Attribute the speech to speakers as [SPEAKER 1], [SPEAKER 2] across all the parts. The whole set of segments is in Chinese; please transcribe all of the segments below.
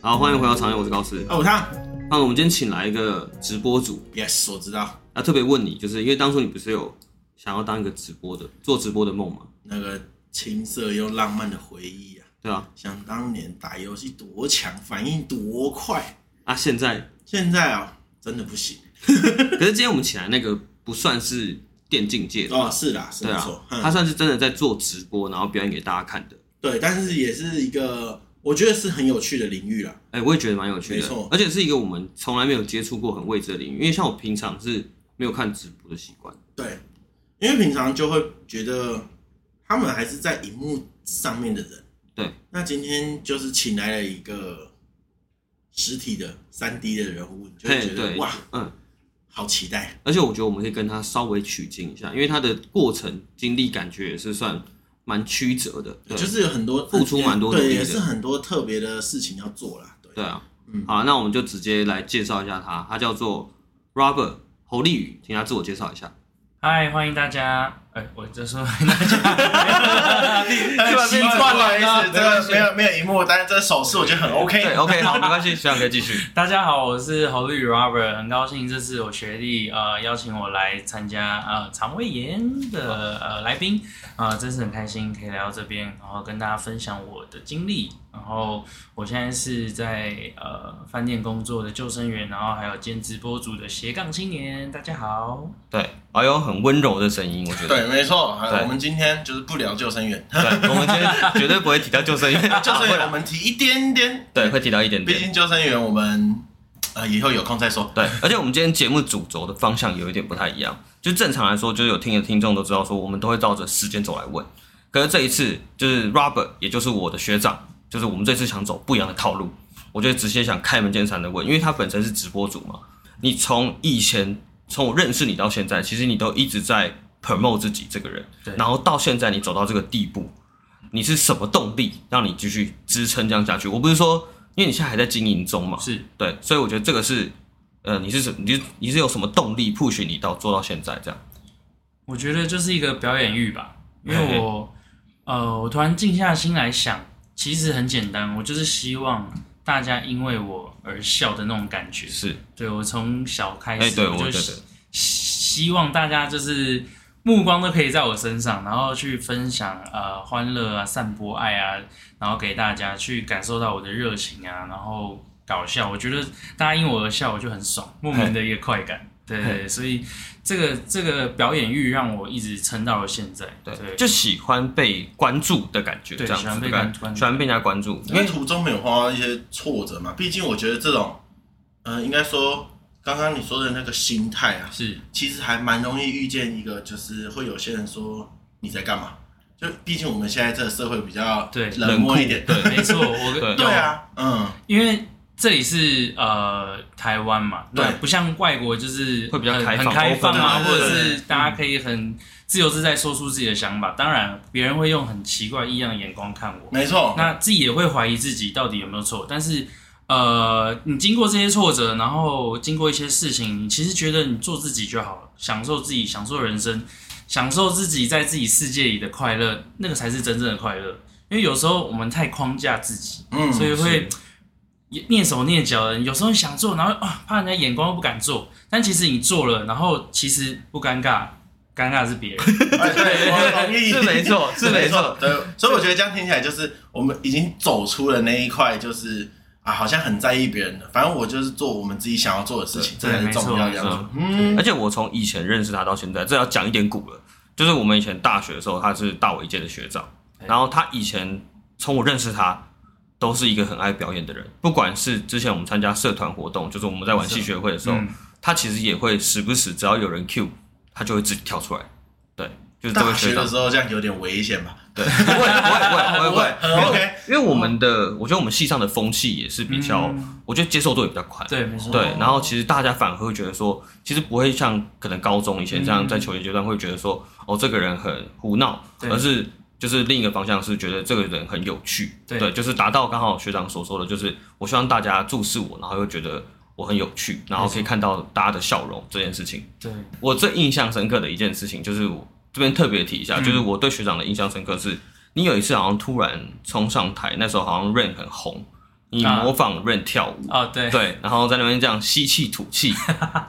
[SPEAKER 1] 好，欢迎回到常用，我是高斯。
[SPEAKER 2] 哦，我看
[SPEAKER 1] 那我们今天请来一个直播主，
[SPEAKER 2] ，yes，我知道
[SPEAKER 1] 那特别问你，就是因为当初你不是有想要当一个直播的，做直播的梦吗？
[SPEAKER 2] 那个青涩又浪漫的回忆啊，
[SPEAKER 1] 对啊，
[SPEAKER 2] 想当年打游戏多强，反应多快，
[SPEAKER 1] 啊，现在，
[SPEAKER 2] 现在啊、真的不行
[SPEAKER 1] 可是今天我们请来那个不算是电竞界的，
[SPEAKER 2] 哦，是啦，是
[SPEAKER 1] 对
[SPEAKER 2] 没
[SPEAKER 1] 啊
[SPEAKER 2] 错，，嗯
[SPEAKER 1] 他算是真的在做直播，然后表演给大家看的。
[SPEAKER 2] 对，但是也是一个我觉得是很有趣的领域啦，
[SPEAKER 1] 哎、我也觉得蛮有趣
[SPEAKER 2] 没
[SPEAKER 1] 的
[SPEAKER 2] 错，
[SPEAKER 1] 而且是一个我们从来没有接触过很未知的领域，因为像我平常是没有看直播的习惯。
[SPEAKER 2] 对，因为平常就会觉得他们还是在荧幕上面的人，
[SPEAKER 1] 对，
[SPEAKER 2] 那今天就是请来了一个实体的三 D 的人物，你就会
[SPEAKER 1] 嘿，
[SPEAKER 2] 觉得
[SPEAKER 1] 对，
[SPEAKER 2] 哇，
[SPEAKER 1] 嗯，
[SPEAKER 2] 好期待，
[SPEAKER 1] 而且我觉得我们可以跟他稍微取经一下，因为他的过程经历感觉也是算蛮曲折的，对，
[SPEAKER 2] 就是有很多
[SPEAKER 1] 付出蛮多努
[SPEAKER 2] 对，
[SPEAKER 1] 力的
[SPEAKER 2] 也是很多特别的事情要做啦， 对，
[SPEAKER 1] 对啊，
[SPEAKER 2] 嗯
[SPEAKER 1] 好，那我们就直接来介绍一下他，他叫做 Robert 侯立宇，请他自我介绍一下。
[SPEAKER 3] 嗨，欢迎大家！哎、我就说 欢迎大家，
[SPEAKER 4] 这个
[SPEAKER 3] 习
[SPEAKER 4] 变
[SPEAKER 3] 惯
[SPEAKER 4] 不好
[SPEAKER 3] 了
[SPEAKER 4] 意思，这个没有没
[SPEAKER 3] 有。
[SPEAKER 4] 有荧幕，但是这手势我觉得很 OK。
[SPEAKER 1] ，OK，好，没关系，学长可以继续。
[SPEAKER 3] 大家好，我是侯绿 Robert，很高兴这次我学弟呃邀请我来参加呃肠胃炎的呃来宾啊、呃真是很开心可以来到这边，然后跟大家分享我的经历。然后我现在是在呃饭店工作的救生员，然后还有兼直播组的斜杠青年。大家好，
[SPEAKER 5] 对，还
[SPEAKER 1] 哎
[SPEAKER 5] 有很温柔的声音，我觉得。
[SPEAKER 4] 对，没错，啊
[SPEAKER 5] 对啊
[SPEAKER 4] 我们今天就是不聊救生员，
[SPEAKER 5] 对，我们今天绝对不会提到救 生员，
[SPEAKER 4] 救生
[SPEAKER 5] 会
[SPEAKER 4] 员
[SPEAKER 5] 啦
[SPEAKER 4] 我们提一点点，
[SPEAKER 5] 对，会提到一点
[SPEAKER 4] 毕
[SPEAKER 5] 点。
[SPEAKER 4] 竟救生员我们呃以后有空再说。
[SPEAKER 5] 对，而且我们今天节目主轴的方向有一点不太一样。就正常来说，就是有听的听众都知道，说我们都会照着时间走来问。可是这一次，就是 Robert，也就是我的学长，就是我们这次想走不一样的套路。我就直接想开门见山的问，因为他本身是直播主嘛。你从以前从我认识你到现在，其实你都一直在 promote 自己这个人
[SPEAKER 3] 对，
[SPEAKER 5] 然后到现在你走到这个地步，你是什么动力让你继续支撑这样下去？我不是说，因为你现在还在经营中嘛，
[SPEAKER 3] 是
[SPEAKER 5] 对，所以我觉得这个是，呃，你是什你是你是有什么动力 push 你到做到现在这样？
[SPEAKER 3] 我觉得就是一个表演欲吧，因
[SPEAKER 5] 嘿
[SPEAKER 3] 为
[SPEAKER 5] 嘿
[SPEAKER 3] 我呃，我突然静下心来想，其实很简单，我就是希望大家因为我而笑的那种感觉。
[SPEAKER 5] 是，
[SPEAKER 3] 对我从小开
[SPEAKER 5] 哎、
[SPEAKER 3] 始，
[SPEAKER 5] 对，我
[SPEAKER 3] 我就
[SPEAKER 5] 觉
[SPEAKER 3] 希
[SPEAKER 5] 得
[SPEAKER 3] 希望大家就是目光都可以在我身上，然后去分享呃欢乐啊、散播爱啊，然后给大家去感受到我的热情啊，然后搞笑。我觉得大家因我而笑，我就很爽，莫名的一个快感。对对对，所以这个这个表演欲让我一直撑到了现在。对，
[SPEAKER 5] 对，就喜欢被关注的感觉，
[SPEAKER 3] 对
[SPEAKER 5] 这样
[SPEAKER 3] 喜欢
[SPEAKER 5] 子
[SPEAKER 3] 被
[SPEAKER 5] 的
[SPEAKER 3] 关
[SPEAKER 5] 感
[SPEAKER 3] 关注
[SPEAKER 5] 喜欢被人家关注，
[SPEAKER 4] 因为途中没有碰到一些挫折嘛，毕竟我觉得这种，呃，应该说刚刚你说的那个心态啊，
[SPEAKER 3] 是
[SPEAKER 4] 其实还蛮容易遇见一个，就是会有些人说你在干嘛？就毕竟我们现在这个社会比较
[SPEAKER 3] 对
[SPEAKER 4] 冷漠一点，
[SPEAKER 3] 没错，我
[SPEAKER 5] 对
[SPEAKER 4] 对，啊，嗯，
[SPEAKER 3] 因为这里是呃台湾嘛，
[SPEAKER 4] 对
[SPEAKER 3] 那不像外国就是
[SPEAKER 5] 会比较
[SPEAKER 3] 很
[SPEAKER 5] 开放
[SPEAKER 3] 很开放啊，
[SPEAKER 4] open
[SPEAKER 3] 或者
[SPEAKER 4] 对对
[SPEAKER 3] 是大家可以很自由自在说出自己的想法。当然，别人会用很奇怪异样的眼光看我，
[SPEAKER 4] 没错，
[SPEAKER 3] 那自己也会怀疑自己到底有没有错。但是呃，你经过这些挫折，然后经过一些事情，你其实觉得你做自己就好了，享受自己，享受人生，享受自己在自己世界里的快乐，那个才是真正的快乐。因为有时候我们太框架自己，
[SPEAKER 4] 嗯，
[SPEAKER 3] 所以会也蹑手蹑脚的。有时候你想做，然后啊怕人家眼光又不敢做，但其实你做了，然后其实不尴尬，尴尬的是别人。
[SPEAKER 4] 哎 对，我同意，
[SPEAKER 5] 是没错，是没错，。
[SPEAKER 4] 对，所以我觉得这样听起来就是我们已经走出了那一块，就是啊，好像很在意别人的。反正我就是做我们自己想要做的事情，这
[SPEAKER 3] 对
[SPEAKER 4] 才是重要
[SPEAKER 3] 没
[SPEAKER 4] 这
[SPEAKER 3] 错
[SPEAKER 4] 样
[SPEAKER 5] 没
[SPEAKER 4] 子。嗯，
[SPEAKER 5] 而且我从以前认识他到现在，这要讲一点古了，就是我们以前大学的时候，他是大我一届的学长，然后他以前从我认识他。都是一个很爱表演的人，不管是之前我们参加社团活动，就是我们在玩戏学会的时候，
[SPEAKER 3] 嗯
[SPEAKER 5] 他其实也会时不时只要有人 cue，他就会自己跳出来。对，就是这位
[SPEAKER 4] 大
[SPEAKER 5] 学
[SPEAKER 4] 学
[SPEAKER 5] 长
[SPEAKER 4] 的。时候这样有点危险吧？
[SPEAKER 5] 对，不会不会 不会不会，
[SPEAKER 4] 很 OK，
[SPEAKER 5] 因为我们的，我觉得我们系上的风气也是比较，我觉得接受度也比较快。
[SPEAKER 3] 嗯对，没错。
[SPEAKER 5] 对，然后其实大家反而会觉得说，其实不会像可能高中以前这
[SPEAKER 3] 嗯
[SPEAKER 5] 样在求学阶段会觉得说，哦，这个人很胡闹，
[SPEAKER 3] 对
[SPEAKER 5] 而是就是另一个方向是觉得这个人很有趣，
[SPEAKER 3] 对
[SPEAKER 5] 就是达到刚好学长所说的，就是我希望大家注视我，然后又觉得我很有趣，然后可以看到大家的笑容这件事情。
[SPEAKER 3] 对，
[SPEAKER 5] 我最印象深刻的一件事情，就是我这边特别提一下，就是
[SPEAKER 3] 嗯
[SPEAKER 5] 我对学长的印象深刻是，你有一次好像突然冲上台，那时候好像 Rain 很红，你
[SPEAKER 3] 啊
[SPEAKER 5] 模仿 Rain 跳舞，
[SPEAKER 3] 哦，对，
[SPEAKER 5] 对，然后在那边这样吸气吐气，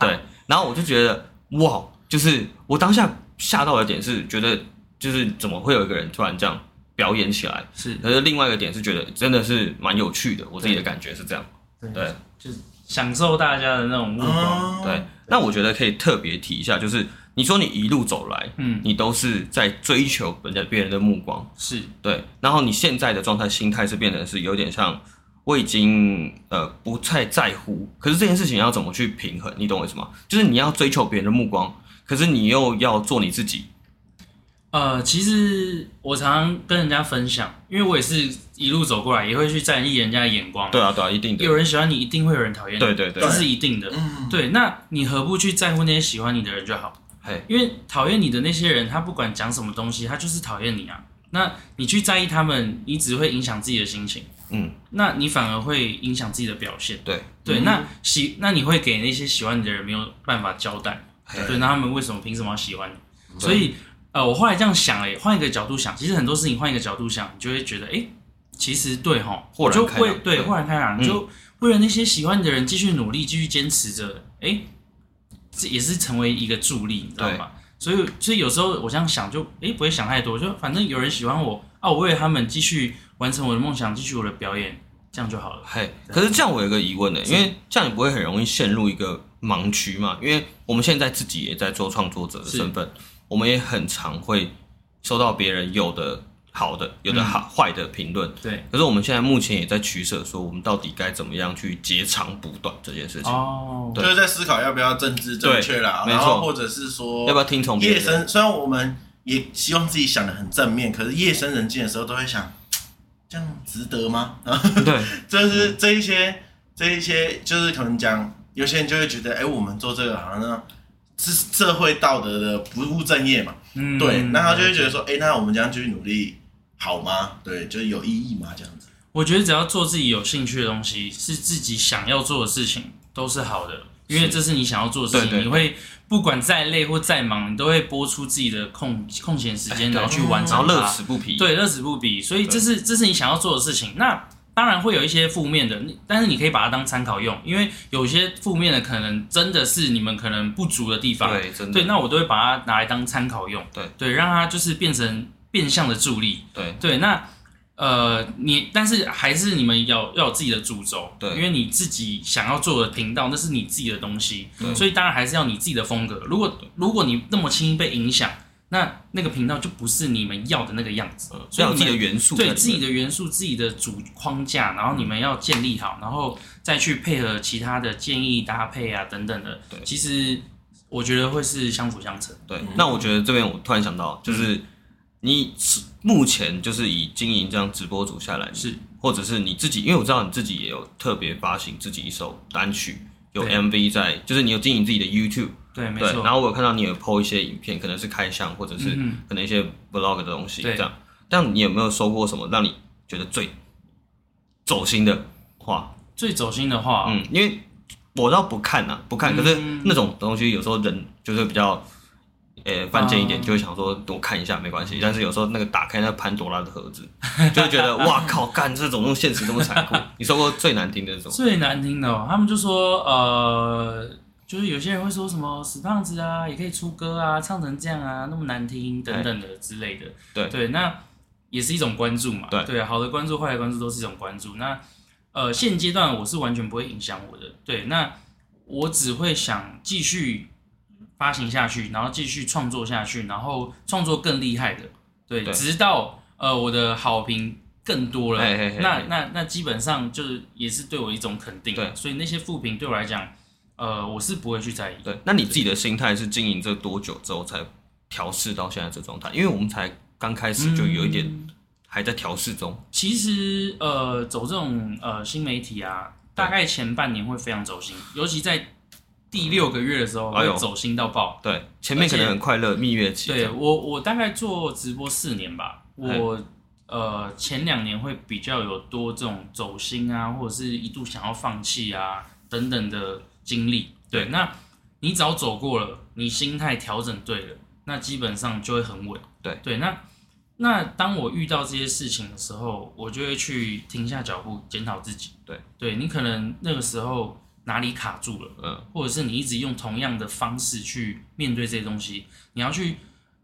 [SPEAKER 5] 对，然后我就觉得哇，就是我当下吓到的点是觉得，就是怎么会有一个人突然这样表演起来？
[SPEAKER 3] 是，
[SPEAKER 5] 可是另外一个点是觉得真的是蛮有趣的，我自己的感觉是这样。对，
[SPEAKER 3] 就是享受大家的那种目
[SPEAKER 4] 啊
[SPEAKER 3] 光。
[SPEAKER 4] 嗯
[SPEAKER 2] 哦
[SPEAKER 5] 对，那我觉得可以特别提一下，就是你说你一路走来，
[SPEAKER 3] 嗯，
[SPEAKER 5] 你都是在追求人家别人的目光，
[SPEAKER 3] 是，
[SPEAKER 5] 对，然后你现在的状态心态是变得是有点像。我已经呃不太在乎，可是这件事情要怎么去平衡？你懂我意思吗？就是你要追求别人的目光，可是你又要做你自己。
[SPEAKER 3] 呃，其实我常常跟人家分享，因为我也是一路走过来，也会去在意人家的眼光。
[SPEAKER 5] 对，啊，对啊，一定的
[SPEAKER 3] 有。人喜欢你，一定会有人讨厌你，
[SPEAKER 5] 对啊对对
[SPEAKER 3] 这，是一定的。
[SPEAKER 2] 嗯，
[SPEAKER 3] 对，那你何不去在乎那些喜欢你的人就好？
[SPEAKER 5] 嘿，
[SPEAKER 3] 因为讨厌你的那些人，他不管讲什么东西，他就是讨厌你啊。那你去在意他们，你只会影响自己的心情，
[SPEAKER 5] 嗯，
[SPEAKER 3] 那你反而会影响自己的表现。
[SPEAKER 5] 对
[SPEAKER 3] 对，
[SPEAKER 2] 嗯
[SPEAKER 3] 那喜那你会给那些喜欢你的人没有办法交代，
[SPEAKER 5] 对
[SPEAKER 3] 对，那他们为什么凭什么要喜欢你？所以呃，我后来这样想了，换一个角度想，其实很多事情换一个角度想，你就会觉得，哎、其实对吼，
[SPEAKER 5] 豁然
[SPEAKER 3] 就
[SPEAKER 5] 开朗
[SPEAKER 3] 会对
[SPEAKER 5] 对
[SPEAKER 3] 豁然开朗，
[SPEAKER 5] 嗯
[SPEAKER 3] 就为了那些喜欢你的人继续努力，继续坚持着，哎、这也是成为一个助力，你知道
[SPEAKER 5] 对
[SPEAKER 3] 吗？所以，所以有时候我这样想就，诶不会想太多，就反正有人喜欢我啊，我为了他们继续完成我的梦想，继续我的表演，这样就好了。
[SPEAKER 5] 嘿，可是这样我有一个疑问呢，因为这样你不会很容易陷入一个盲区嘛？因为我们现在自己也在做创作者的
[SPEAKER 3] 是
[SPEAKER 5] 身份，我们也很常会收到别人有的好的，有的好坏的评论。
[SPEAKER 3] 嗯对，
[SPEAKER 5] 可是我们现在目前也在取舍，说我们到底该怎么样去截长补短这件事情，
[SPEAKER 3] 哦，
[SPEAKER 5] 对
[SPEAKER 4] 就是在思考要不要政治正确啦，
[SPEAKER 5] 对
[SPEAKER 4] 然
[SPEAKER 5] 没错
[SPEAKER 4] 后或者是说
[SPEAKER 5] 要不要听从别
[SPEAKER 4] 夜
[SPEAKER 5] 人？
[SPEAKER 4] 深，虽然我们也希望自己想的很正面，可是夜深人静的时候都会想，这样值得吗？然后
[SPEAKER 5] 对，
[SPEAKER 4] 就是
[SPEAKER 5] 嗯
[SPEAKER 4] 这一些，这一些就是可能讲，有些人就会觉得，哎、我们做这个好像那是社会道德的不务正业嘛，
[SPEAKER 3] 嗯
[SPEAKER 4] 对，那他就会觉得说，哎、那我们这样继续努力好吗？对，就是有意义吗？这样子，
[SPEAKER 3] 我觉得只要做自己有兴趣的东西，是自己想要做的事情，都是好的，因为这是你想要做的事情。
[SPEAKER 5] 对对
[SPEAKER 3] 你会不管再累或再忙，你都会拨出自己的空空闲时间，
[SPEAKER 5] 哎对
[SPEAKER 3] 然后去完
[SPEAKER 5] 然后
[SPEAKER 3] 成
[SPEAKER 5] 乐
[SPEAKER 3] 它。
[SPEAKER 5] 此不疲。，
[SPEAKER 3] 啊对，乐此不疲。所以这是这是你想要做的事情。那当然会有一些负面的，你但是你可以把它当参考用，因为有些负面的可能真的是你们可能不足的地方。
[SPEAKER 5] 对，真
[SPEAKER 3] 对，
[SPEAKER 5] 的，
[SPEAKER 3] 那我都会把它拿来当参考用。
[SPEAKER 5] 对
[SPEAKER 3] 对，让它就是变成变相的助力。
[SPEAKER 5] 对，
[SPEAKER 3] 对，那呃，你但是还是你们要要有自己的主轴，
[SPEAKER 5] 对
[SPEAKER 3] 因为你自己想要做的频道，那是你自己的东西，
[SPEAKER 5] 对
[SPEAKER 3] 所以当然还是要你自己的风格。如果如果你那么轻易被影响，那那个频道就不是你们要的那个样子，所
[SPEAKER 5] 呃要
[SPEAKER 3] 以
[SPEAKER 5] 有
[SPEAKER 3] 你
[SPEAKER 5] 自己的
[SPEAKER 3] 们
[SPEAKER 5] 元素在里
[SPEAKER 3] 对
[SPEAKER 5] 面，
[SPEAKER 3] 自己的元素、自己的主框架，然后你们要建立好，然后再去配合其他的建议搭配啊等等的
[SPEAKER 5] 对，
[SPEAKER 3] 其实我觉得会是相辅相成。
[SPEAKER 5] 对，那我觉得这边我突然想到，就是
[SPEAKER 3] 嗯
[SPEAKER 5] 你是目前就是以经营这样直播主下来，
[SPEAKER 3] 是
[SPEAKER 5] 或者是你自己，因为我知道你自己也有特别发行自己一首单曲，有
[SPEAKER 3] 对
[SPEAKER 5] MV 在，就是你有经营自己的 YouTube，
[SPEAKER 3] 对，没
[SPEAKER 5] 对，
[SPEAKER 3] 错
[SPEAKER 5] 然。后我有看到你有 PO 一些影片，可能是开箱或者是
[SPEAKER 3] 嗯
[SPEAKER 5] 可能一些 Vlog 的东西
[SPEAKER 3] 对
[SPEAKER 5] 这样。但你有没有收过什么让你觉得最走心的话？
[SPEAKER 3] 最走心的话，
[SPEAKER 5] 嗯，因为我倒不看啊，不看。可是
[SPEAKER 3] 嗯
[SPEAKER 5] 那种东西有时候人就是比较，呃，犯贱一点，
[SPEAKER 3] 啊
[SPEAKER 5] 就会想说多看一下没关系。但是有时候那个打开那潘多拉的盒子，就会觉 得哇靠，干这种用现实这么残酷。你说过最难听的是什么？
[SPEAKER 3] 最难听的、哦，他们就说呃，就是有些人会说什么死胖子啊，也可以出歌啊，唱成这样啊，那么难听等等的之类的。
[SPEAKER 5] 对
[SPEAKER 3] 对，那也是一种关注嘛。啊
[SPEAKER 5] 对
[SPEAKER 3] 好的关注、坏的关注都是一种关注。那呃，现阶段我是完全不会影响我的。对，那我只会想继续发行下去，然后继续创作下去，然后创作更厉害的。对，
[SPEAKER 5] 对
[SPEAKER 3] 直到呃我的好评更多了，
[SPEAKER 5] 嘿嘿嘿
[SPEAKER 3] 那
[SPEAKER 5] 嘿
[SPEAKER 3] 那那基本上就是也是对我一种肯定。
[SPEAKER 5] 对
[SPEAKER 3] 所以那些负评对我来讲，呃，我是不会去在意。
[SPEAKER 5] 对，那你自己的心态是经营这多久之后才调试到现在这状态？因为我们才刚开始就有一
[SPEAKER 3] 嗯
[SPEAKER 5] 点还在调试中。
[SPEAKER 3] 其实呃，走这种呃新媒体啊，大概前半年会非常走心，尤其在第六个月的时候
[SPEAKER 5] 哎呦
[SPEAKER 3] 会走心到爆。
[SPEAKER 5] 对，前面可能很快乐，蜜月期这
[SPEAKER 3] 对
[SPEAKER 5] 样。
[SPEAKER 3] 我，我大概做直播四年吧，
[SPEAKER 5] 哎
[SPEAKER 3] 我呃前两年会比较有多这种走心啊，或者是一度想要放弃啊等等的经历。对，那你只要走过了，你心态调整对了，那基本上就会很稳。
[SPEAKER 5] 对
[SPEAKER 3] 对，那那当我遇到这些事情的时候，我就会去停下脚步，检讨自己。
[SPEAKER 5] 对，
[SPEAKER 3] 对你可能那个时候哪里卡住了，
[SPEAKER 5] 嗯，
[SPEAKER 3] 或者是你一直用同样的方式去面对这些东西，你要去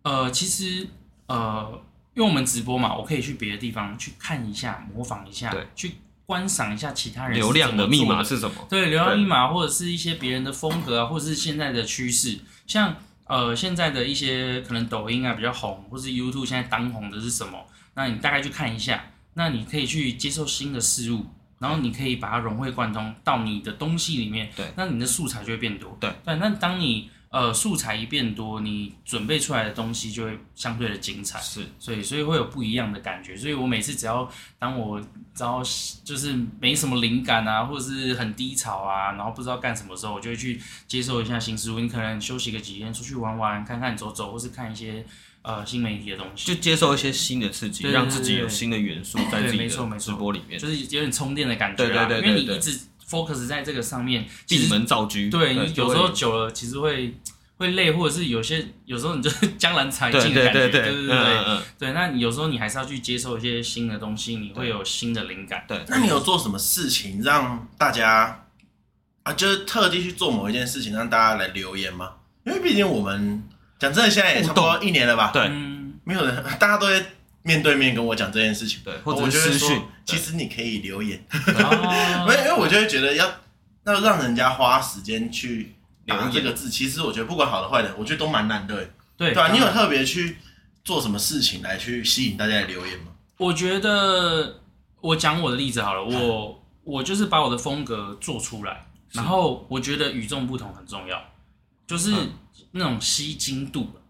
[SPEAKER 3] 呃，其实呃，因为我们直播嘛，我可以去别的地方去看一下，模仿一下
[SPEAKER 5] 对，
[SPEAKER 3] 去观赏一下其他人是
[SPEAKER 5] 流量的
[SPEAKER 3] 怎么
[SPEAKER 5] 密
[SPEAKER 3] 做
[SPEAKER 5] 码是什么？
[SPEAKER 3] 对流量
[SPEAKER 5] 对
[SPEAKER 3] 密码或者是一些别人的风格啊，或者是现在的趋势，像呃现在的一些可能抖音啊比较红，或是 YouTube 现在当红的是什么？那你大概去看一下，那你可以去接受新的事物，然后你可以把它融会贯通到你的东西里面，
[SPEAKER 5] 对
[SPEAKER 3] 那你的素材就会变多，
[SPEAKER 5] 对
[SPEAKER 3] 对，那当你呃素材一变多，你准备出来的东西就会相对的精彩。
[SPEAKER 5] 是
[SPEAKER 3] 所以所以会有不一样的感觉。所以我每次只要当我只要就是没什么灵感啊，或者是很低潮啊，然后不知道干什么的时候，我就会去接受一下新事物。你可能休息个几天，出去玩玩，看看走走，或是看一些呃新媒体的东
[SPEAKER 5] 就
[SPEAKER 3] 西，
[SPEAKER 5] 接受一些新的刺激，
[SPEAKER 3] 对对
[SPEAKER 5] 让自己
[SPEAKER 3] 对
[SPEAKER 5] 有
[SPEAKER 3] 对
[SPEAKER 5] 新的元素在
[SPEAKER 3] 对
[SPEAKER 5] 自己
[SPEAKER 3] 没错
[SPEAKER 5] 的
[SPEAKER 3] 没
[SPEAKER 5] 直
[SPEAKER 3] 错
[SPEAKER 5] 播里面
[SPEAKER 3] 就，是有点充电的感觉啦。
[SPEAKER 5] 对对对对
[SPEAKER 3] 因为你
[SPEAKER 5] 对
[SPEAKER 3] 一直 focus 在这个上面，其
[SPEAKER 5] 闭
[SPEAKER 3] 实
[SPEAKER 5] 门造车。
[SPEAKER 3] 对，你
[SPEAKER 5] 就
[SPEAKER 3] 有时
[SPEAKER 5] 会
[SPEAKER 3] 候久了其实会。会累，或者是有些有时候你就是 江郎才
[SPEAKER 5] 对
[SPEAKER 3] 尽的
[SPEAKER 5] 对
[SPEAKER 3] 感觉，
[SPEAKER 5] 对
[SPEAKER 3] 对
[SPEAKER 5] 嗯
[SPEAKER 3] 对
[SPEAKER 5] 嗯嗯，
[SPEAKER 3] 对，那你有时候你还是要去接受一些新的东西，你会有新的灵感。
[SPEAKER 5] 对，
[SPEAKER 4] 那你有做什么事情让大家啊，就是特地去做某一件事情让大家来留言吗？因为毕竟我们讲真的，现在也差不
[SPEAKER 5] 互
[SPEAKER 4] 多一年了吧？
[SPEAKER 5] 对
[SPEAKER 3] 嗯，
[SPEAKER 4] 没有人，大家都在面对面跟我讲这件事情，
[SPEAKER 5] 对，或
[SPEAKER 4] 我
[SPEAKER 5] 者
[SPEAKER 4] 就是会
[SPEAKER 5] 私
[SPEAKER 4] 说
[SPEAKER 5] 讯，
[SPEAKER 4] 其
[SPEAKER 5] 对
[SPEAKER 4] 实你可以留言，
[SPEAKER 3] 然 后
[SPEAKER 4] 没有，因为我就会觉得要要让人家花时间去打这个字，其实我觉得不管好的坏的，我觉得都蛮难的，欸
[SPEAKER 3] 对
[SPEAKER 4] 对吧、
[SPEAKER 3] 当
[SPEAKER 4] 你有
[SPEAKER 3] 然
[SPEAKER 4] 特别去做什么事情来去吸引大家的留言吗？
[SPEAKER 3] 我觉得我讲我的例子好了，我
[SPEAKER 4] 嗯
[SPEAKER 3] 我就是把我的风格做出来，然后我觉得与众不同很重要，就是
[SPEAKER 5] 嗯
[SPEAKER 3] 那种吸睛度。啊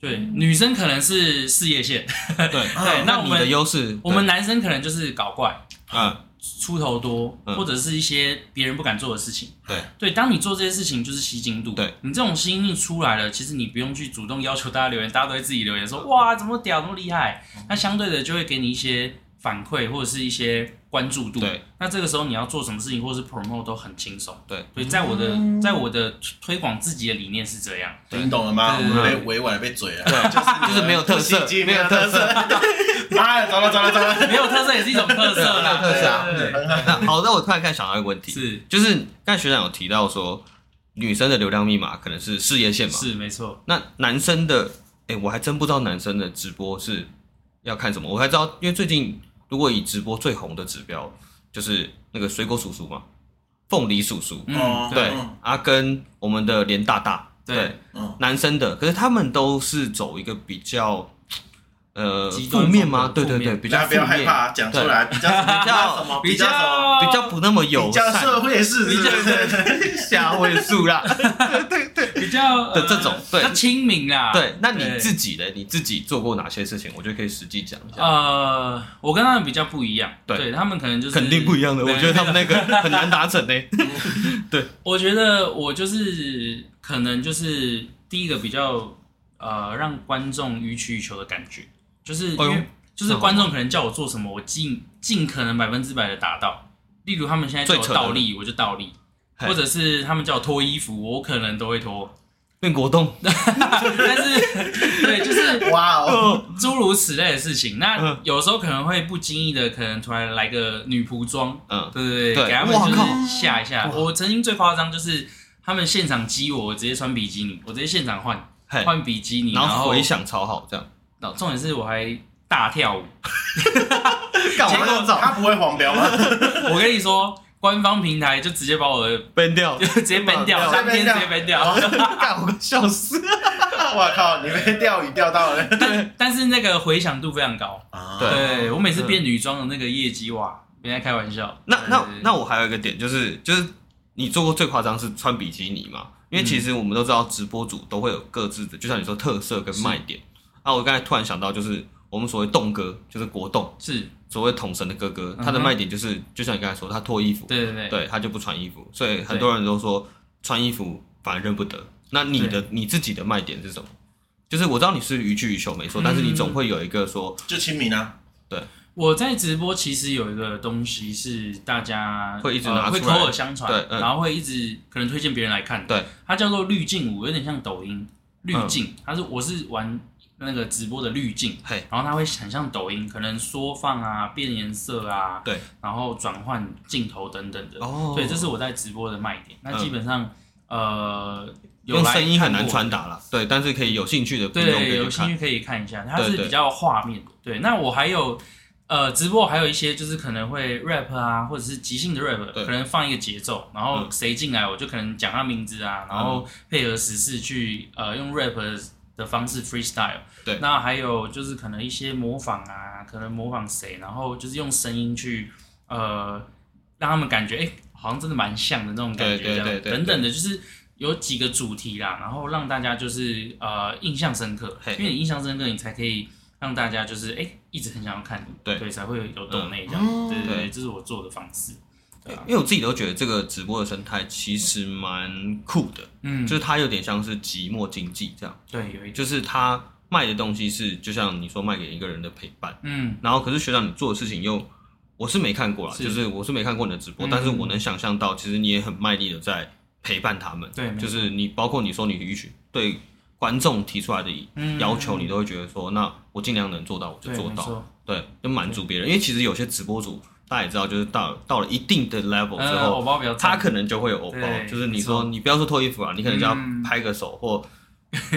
[SPEAKER 3] 对，
[SPEAKER 4] 嗯
[SPEAKER 3] 女生可能是事业线，
[SPEAKER 5] 对，
[SPEAKER 3] 对，那我
[SPEAKER 5] 你的
[SPEAKER 3] 们
[SPEAKER 5] 优势，
[SPEAKER 3] 我们男生可能就是搞怪，
[SPEAKER 5] 啊，
[SPEAKER 3] 出头多，
[SPEAKER 5] 嗯
[SPEAKER 3] 或者是一些别人不敢做的事情。
[SPEAKER 5] 对
[SPEAKER 3] 对，当你做这些事情，就是吸睛度。
[SPEAKER 5] 对
[SPEAKER 3] 你这种吸睛力出来了，其实你不用去主动要求大家留言，大家都会自己留言
[SPEAKER 5] 嗯
[SPEAKER 3] 说哇，怎么屌，那么厉害。那相对的就会给你一些反馈或者是一些关注度。
[SPEAKER 5] 对，
[SPEAKER 3] 那这个时候你要做什么事情或者是 promote 都很轻松。
[SPEAKER 5] 对，
[SPEAKER 3] 所以在我的在我的推广自己的理念是这样。
[SPEAKER 4] 你懂了吗？我
[SPEAKER 3] 对对
[SPEAKER 4] 们被
[SPEAKER 5] 对
[SPEAKER 4] 委婉地被嘴了，
[SPEAKER 5] 对，就是没有特色
[SPEAKER 4] 不吸，睛
[SPEAKER 5] 没
[SPEAKER 4] 没
[SPEAKER 5] 有
[SPEAKER 4] 有
[SPEAKER 5] 特
[SPEAKER 4] 特
[SPEAKER 5] 色
[SPEAKER 4] 色。妈的，糟了糟了糟了，
[SPEAKER 3] 没有特色也是一种特色啦，
[SPEAKER 5] 对没有特色啊
[SPEAKER 3] 对对对
[SPEAKER 5] 那好，那我突然看想到一个问题，
[SPEAKER 3] 是
[SPEAKER 5] 就是刚才学长有提到说，女生的流量密码可能是事业线嘛，
[SPEAKER 3] 是没错。
[SPEAKER 5] 那男生的，哎、我还真不知道男生的直播是要看什么。我还知道，因为最近如果以直播最红的指标，就是那个水果叔叔嘛，凤梨叔叔，
[SPEAKER 3] 嗯
[SPEAKER 4] 哦，
[SPEAKER 5] 对、
[SPEAKER 4] 嗯
[SPEAKER 5] 啊，跟我们的连大大，
[SPEAKER 3] 对
[SPEAKER 4] 嗯
[SPEAKER 5] 男生的，可是他们都是走一个比较，呃，
[SPEAKER 3] 极
[SPEAKER 5] 负
[SPEAKER 3] 端
[SPEAKER 5] 面吗？
[SPEAKER 3] 风
[SPEAKER 5] 对
[SPEAKER 3] 格
[SPEAKER 5] 对
[SPEAKER 3] 负
[SPEAKER 5] 对，
[SPEAKER 3] 面
[SPEAKER 5] 比较
[SPEAKER 4] 大家不
[SPEAKER 5] 负
[SPEAKER 4] 要害
[SPEAKER 5] 面，
[SPEAKER 4] 怕，讲出来，比较比
[SPEAKER 5] 较
[SPEAKER 4] 什么，
[SPEAKER 3] 比
[SPEAKER 4] 较什么，
[SPEAKER 5] 比较不那么友
[SPEAKER 4] 比较社
[SPEAKER 5] 善，
[SPEAKER 4] 会式，是不是？
[SPEAKER 5] 下位数啦。
[SPEAKER 3] 比较 呃
[SPEAKER 5] 的这种对
[SPEAKER 3] 比较亲民啦。
[SPEAKER 5] 对，那你自己呢？你自己做过哪些事情？我觉得可以实际讲一下。
[SPEAKER 3] 呃，我跟他们比较不一样，
[SPEAKER 5] 对
[SPEAKER 3] 他们可能就是
[SPEAKER 5] 肯定不一样的，我觉得他们那个很难达成呢。
[SPEAKER 3] 我觉得我就是可能就是第一个比较呃让观众予取予求的感觉，就是因
[SPEAKER 5] 哎呦
[SPEAKER 3] 为就是观众可能叫我做什么，我尽尽可能百分之百的达到。例如他们现在叫
[SPEAKER 5] 最
[SPEAKER 3] 我
[SPEAKER 5] 扯的
[SPEAKER 3] 倒立，我就倒立；
[SPEAKER 5] 嘿
[SPEAKER 3] 或者是他们叫我脱衣服，我可能都 会脱。
[SPEAKER 5] 变果 冻，
[SPEAKER 3] 但是对，就是
[SPEAKER 4] 哇哦，
[SPEAKER 3] 诸如此类的事情。那
[SPEAKER 5] 嗯
[SPEAKER 3] 有时候可能会不经意的，可能突然来个女仆装，
[SPEAKER 5] 嗯，
[SPEAKER 3] 对对
[SPEAKER 5] 对
[SPEAKER 3] 对，给他们
[SPEAKER 5] 哇
[SPEAKER 3] 就
[SPEAKER 5] 靠
[SPEAKER 3] 是吓一吓。我曾经最夸张就是他们现场激我，我直接穿比基尼，我直接现场换
[SPEAKER 5] 嘿，
[SPEAKER 3] 换比基尼，
[SPEAKER 5] 然
[SPEAKER 3] 然
[SPEAKER 5] 后回，响超好，这样。
[SPEAKER 3] 然后重点是我还大跳舞。
[SPEAKER 5] 干
[SPEAKER 4] 结
[SPEAKER 5] 我
[SPEAKER 4] 果
[SPEAKER 5] 要找
[SPEAKER 4] 他不会黄标吗？
[SPEAKER 3] 我跟你说，官方平台就直接把我的，
[SPEAKER 5] 崩掉
[SPEAKER 3] 直接 ban 掉，
[SPEAKER 4] 直接
[SPEAKER 3] 当
[SPEAKER 4] ban
[SPEAKER 3] 天直
[SPEAKER 4] 掉
[SPEAKER 3] 接 ban 掉。
[SPEAKER 5] 干我笑死。
[SPEAKER 4] 我靠，你被钓鱼钓到了。
[SPEAKER 3] 但但是那个回响度非常高，
[SPEAKER 4] 啊
[SPEAKER 5] 对
[SPEAKER 3] 对我每次变女装的那个业绩哇，别在开玩笑。
[SPEAKER 5] 那那
[SPEAKER 3] 对
[SPEAKER 5] 那我还有一个点就是就是你做过最夸张是穿比基尼嘛？因为其
[SPEAKER 3] 嗯
[SPEAKER 5] 实我们都知道直播主都会有各自的，就像你说特色跟卖点。啊，我刚才突然想到就是我们所谓动哥，就是国栋，
[SPEAKER 3] 是，
[SPEAKER 5] 所谓统神的哥哥，他的
[SPEAKER 3] 嗯哼
[SPEAKER 5] 卖点就是就像你刚才说，他脱衣服，
[SPEAKER 3] 对对对。
[SPEAKER 5] 对他就不穿衣服，所以很多人都说穿衣服反而认不得。那你的你自己的卖点是什么？就是我知道你是予取予求没错，但是
[SPEAKER 3] 嗯
[SPEAKER 5] 你总会有一个说，
[SPEAKER 4] 就清明啊，
[SPEAKER 3] 我在直播其实有一个东西是大家
[SPEAKER 5] 会一直拿
[SPEAKER 3] 呃、会
[SPEAKER 5] 出
[SPEAKER 3] 口
[SPEAKER 5] 来
[SPEAKER 3] 耳相传，
[SPEAKER 5] 对嗯
[SPEAKER 3] 然后会一直可能推荐别人来看。
[SPEAKER 5] 对，嗯
[SPEAKER 3] 它叫做滤镜舞，有点像抖音滤镜。它是我是玩那个直播的滤镜，
[SPEAKER 5] 嘿，
[SPEAKER 3] 然后它会很像抖音，可能缩放啊、变颜色啊，
[SPEAKER 5] 对，
[SPEAKER 3] 然后转换镜头等等的。
[SPEAKER 5] 哦嗯
[SPEAKER 3] 对，这是我在直播的卖点。那基本上，呃，有
[SPEAKER 5] 用
[SPEAKER 3] 来
[SPEAKER 5] 声音很
[SPEAKER 3] 看
[SPEAKER 5] 难
[SPEAKER 3] 过
[SPEAKER 5] 传达啦，对，但是可以有兴趣的听众可
[SPEAKER 3] 对，
[SPEAKER 5] 以
[SPEAKER 3] 有
[SPEAKER 5] 去
[SPEAKER 3] 兴
[SPEAKER 5] 看。
[SPEAKER 3] 趣可以看一下，它
[SPEAKER 5] 对
[SPEAKER 3] 是
[SPEAKER 5] 对
[SPEAKER 3] 比较画面的。对，那我还有呃，直播还有一些就是可能会 rap 啊，或者是即兴的 rap，
[SPEAKER 5] 对嗯
[SPEAKER 3] 可能放一个节奏，然后谁进来我就可能讲他名字啊，然后配合时事去呃用 rap 的方式 freestyle。
[SPEAKER 5] 对
[SPEAKER 3] 那还有就是可能一些模仿啊，可能模仿谁，然后就是用声音去呃让他们感觉哎、诶好像真的蛮像的那种感
[SPEAKER 5] 对对
[SPEAKER 3] 觉，这样
[SPEAKER 5] 对对
[SPEAKER 3] 等等的，就是有几个主题啦，然后让大家就是呃印象深刻，
[SPEAKER 5] 嘿
[SPEAKER 3] 因为你印象深刻，你才可以让大家就是哎、诶一直很想要看你，
[SPEAKER 5] 对
[SPEAKER 3] 才会有有懂内这样，
[SPEAKER 4] 嗯
[SPEAKER 3] 对对
[SPEAKER 5] 对
[SPEAKER 3] 对，这是我做的方式，对啊
[SPEAKER 5] 因为我自己都觉得这个直播的生态其实蛮酷的，
[SPEAKER 3] 嗯，
[SPEAKER 5] 就是它有点像是寂寞经济这样，
[SPEAKER 3] 对，有一
[SPEAKER 5] 就是它卖的东西是就像你说卖给一个人的陪伴，
[SPEAKER 3] 嗯
[SPEAKER 5] 然后可是学长你做的事情又我是没看过啦，
[SPEAKER 3] 是
[SPEAKER 5] 就是我是没看过你的直播，
[SPEAKER 3] 嗯
[SPEAKER 5] 但是我能想象到，其实你也很卖力的在陪伴他们，
[SPEAKER 3] 对没错
[SPEAKER 5] 就是你包括你说你允许对观众提出来的
[SPEAKER 3] 嗯
[SPEAKER 5] 要求，你都会觉得说，那我尽量能做到我就
[SPEAKER 3] 对
[SPEAKER 5] 做
[SPEAKER 3] 没
[SPEAKER 5] 到，
[SPEAKER 3] 错
[SPEAKER 5] 对，就满足别人。因为其实有些直播主，大家也知道，就是到到了一定的 level 之
[SPEAKER 3] 呃，偶
[SPEAKER 5] 后，
[SPEAKER 3] 包比较
[SPEAKER 5] 他
[SPEAKER 3] 赞，
[SPEAKER 5] 可能就会有偶包
[SPEAKER 3] 对，
[SPEAKER 5] 就是你
[SPEAKER 3] 没
[SPEAKER 5] 说
[SPEAKER 3] 错
[SPEAKER 5] 你不要说脱衣服啊，你可能就要
[SPEAKER 3] 嗯
[SPEAKER 5] 拍个手 或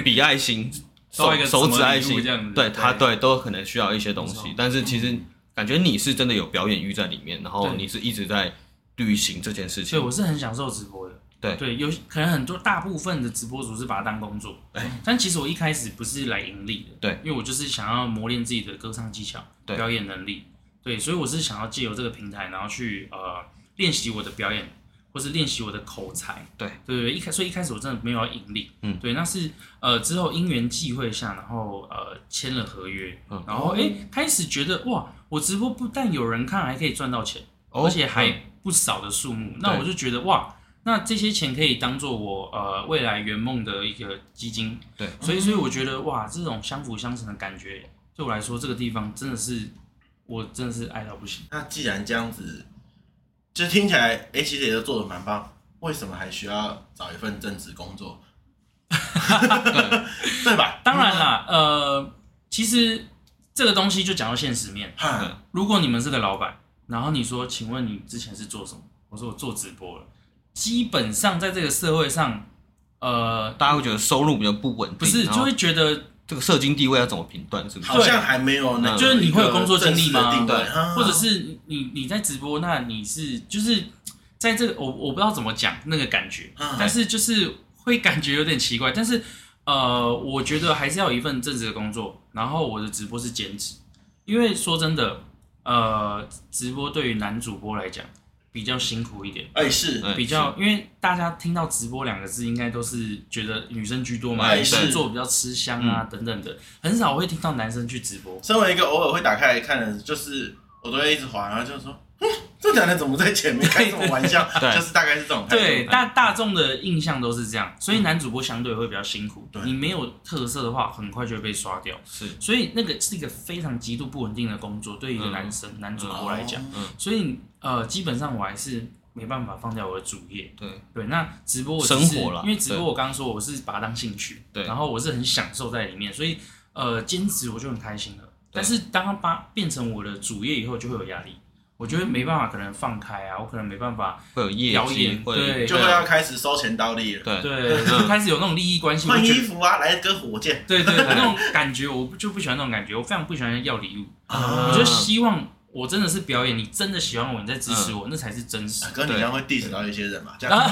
[SPEAKER 5] 比爱心、
[SPEAKER 3] 收
[SPEAKER 5] 手
[SPEAKER 3] 一个
[SPEAKER 5] 手指爱
[SPEAKER 3] 什
[SPEAKER 5] 心
[SPEAKER 3] 么礼物这样子，
[SPEAKER 5] 对他
[SPEAKER 3] 对
[SPEAKER 5] 对都可能需要一些东
[SPEAKER 3] 没错嗯
[SPEAKER 5] 西。但是其实感觉你是真的有表演欲在里面，然后
[SPEAKER 3] 对
[SPEAKER 5] 你是一直在履行这件事
[SPEAKER 3] 所以
[SPEAKER 5] 情。
[SPEAKER 3] 我是很享受直播的。
[SPEAKER 5] 对
[SPEAKER 3] 对，有可能很多大部分的直播主是把它当工作，
[SPEAKER 5] 哎
[SPEAKER 3] 但其实我一开始不是来盈利的，
[SPEAKER 5] 对，
[SPEAKER 3] 因为我就是想要磨练自己的歌唱技巧、
[SPEAKER 5] 对
[SPEAKER 3] 表演能力，对，所以我是想要借由这个平台，然后去呃练习我的表演，或是练习我的口才，
[SPEAKER 5] 对，
[SPEAKER 3] 对对，一开所以一开始我真的没有要盈利，
[SPEAKER 5] 嗯
[SPEAKER 3] 对，那是呃之后因缘际会下，然后呃签了合约，
[SPEAKER 5] 嗯
[SPEAKER 3] 然后哎、开始觉得哇，我直播不但有人看，还可以赚到钱。
[SPEAKER 5] 哦
[SPEAKER 3] 而且还
[SPEAKER 5] 嗯
[SPEAKER 3] 不少的数目。那
[SPEAKER 5] 对
[SPEAKER 3] 我就觉得哇，那这些钱可以当做我呃未来圆梦的一个基金。
[SPEAKER 5] 对，
[SPEAKER 3] 所以所以我觉得哇，这种相辅相成的感觉，对我来说这个地方真的是我真的是爱到不行。
[SPEAKER 4] 那既然这样子，就听起来 A 姐姐都做的蛮棒，为什么还需要找一份正职工 作？对吧？
[SPEAKER 3] 当然啦，呃，其实这个东西就讲到现实面。
[SPEAKER 4] 哈，
[SPEAKER 3] 如果你们是个老板，然后你说，请问你之前是做什么？我说我做直播了。基本上在这个社会上，呃，
[SPEAKER 5] 大家会觉得收入比较不稳定，
[SPEAKER 3] 不是
[SPEAKER 5] 然
[SPEAKER 3] 就
[SPEAKER 5] 后
[SPEAKER 3] 会觉得
[SPEAKER 5] 这个社经地位要怎么评断？是不是？
[SPEAKER 4] 好像还没有
[SPEAKER 5] 嗯
[SPEAKER 4] 那个
[SPEAKER 3] 就是你会有工作经历吗
[SPEAKER 4] 正式的定位啊
[SPEAKER 5] 对
[SPEAKER 4] 哈
[SPEAKER 3] 或者是你你在直播，那你是就是在这个我我不知道怎么讲那个感觉，
[SPEAKER 4] 嗯
[SPEAKER 3] 但是就是会感觉有点奇怪，但是呃，我觉得还是要有一份正职的工作，然后我的直播是兼职，因为说真的，呃，直播对于男主播来讲比较辛苦一点。
[SPEAKER 4] 哎是
[SPEAKER 5] 嗯
[SPEAKER 3] 比较，因为大家听到“直播”两个字，应该都是觉得女生居多嘛，
[SPEAKER 4] 哎
[SPEAKER 3] 女生
[SPEAKER 4] 是嗯
[SPEAKER 3] 做比较吃香啊，等等的，很少会听到男生去直播。
[SPEAKER 4] 身为一个偶尔会打开来看的人，就是我都会一直滑，然后就说，嗯，这男人怎么在前面开什么玩 笑？
[SPEAKER 5] 对
[SPEAKER 4] 就是大概是这种态度。
[SPEAKER 3] 对，
[SPEAKER 5] 哎
[SPEAKER 3] 大大众的印象都是这样，
[SPEAKER 5] 嗯
[SPEAKER 3] 所以男主播相对会比较辛苦。
[SPEAKER 4] 对
[SPEAKER 3] 你没有特色的话，很快就会被刷掉。
[SPEAKER 5] 是
[SPEAKER 3] 所以那个是一个非常极度不稳定的工作，对于一个
[SPEAKER 5] 嗯
[SPEAKER 3] 男生、男主
[SPEAKER 4] 哦
[SPEAKER 3] 播来讲。所以呃，基本上我还是没办法放掉我的主业。
[SPEAKER 5] 对
[SPEAKER 3] 对，那直播我只
[SPEAKER 5] 生
[SPEAKER 3] 是
[SPEAKER 5] 活啦
[SPEAKER 3] 因为直播
[SPEAKER 5] 对
[SPEAKER 3] 我刚刚说我是把它当兴趣，
[SPEAKER 5] 对
[SPEAKER 3] 然后我是很享受在里面，所以呃，兼职我就很开心了。但是当它把变成我的主业以后，就会有压力，我觉得没办法，可能放开啊，我可能没办法，
[SPEAKER 5] 会有业
[SPEAKER 3] 表
[SPEAKER 5] 绩
[SPEAKER 3] 演，
[SPEAKER 5] 会有
[SPEAKER 3] 对
[SPEAKER 4] 就会要开始收钱刀利了，
[SPEAKER 5] 对
[SPEAKER 3] 对，就开始有那种利益关系，我
[SPEAKER 4] 换
[SPEAKER 3] 就觉
[SPEAKER 4] 衣
[SPEAKER 3] 得
[SPEAKER 4] 服啊，来割火箭。
[SPEAKER 3] 对对，那种感觉我不就不喜欢那种感觉，我非常不喜欢要礼物。
[SPEAKER 5] 啊
[SPEAKER 3] 我就希望我真的是表演，你真的喜欢我，你在支持我，那才是真实
[SPEAKER 4] 啊。哥，你
[SPEAKER 5] 对
[SPEAKER 4] 这样会 diss 到一些人 嘛？这样，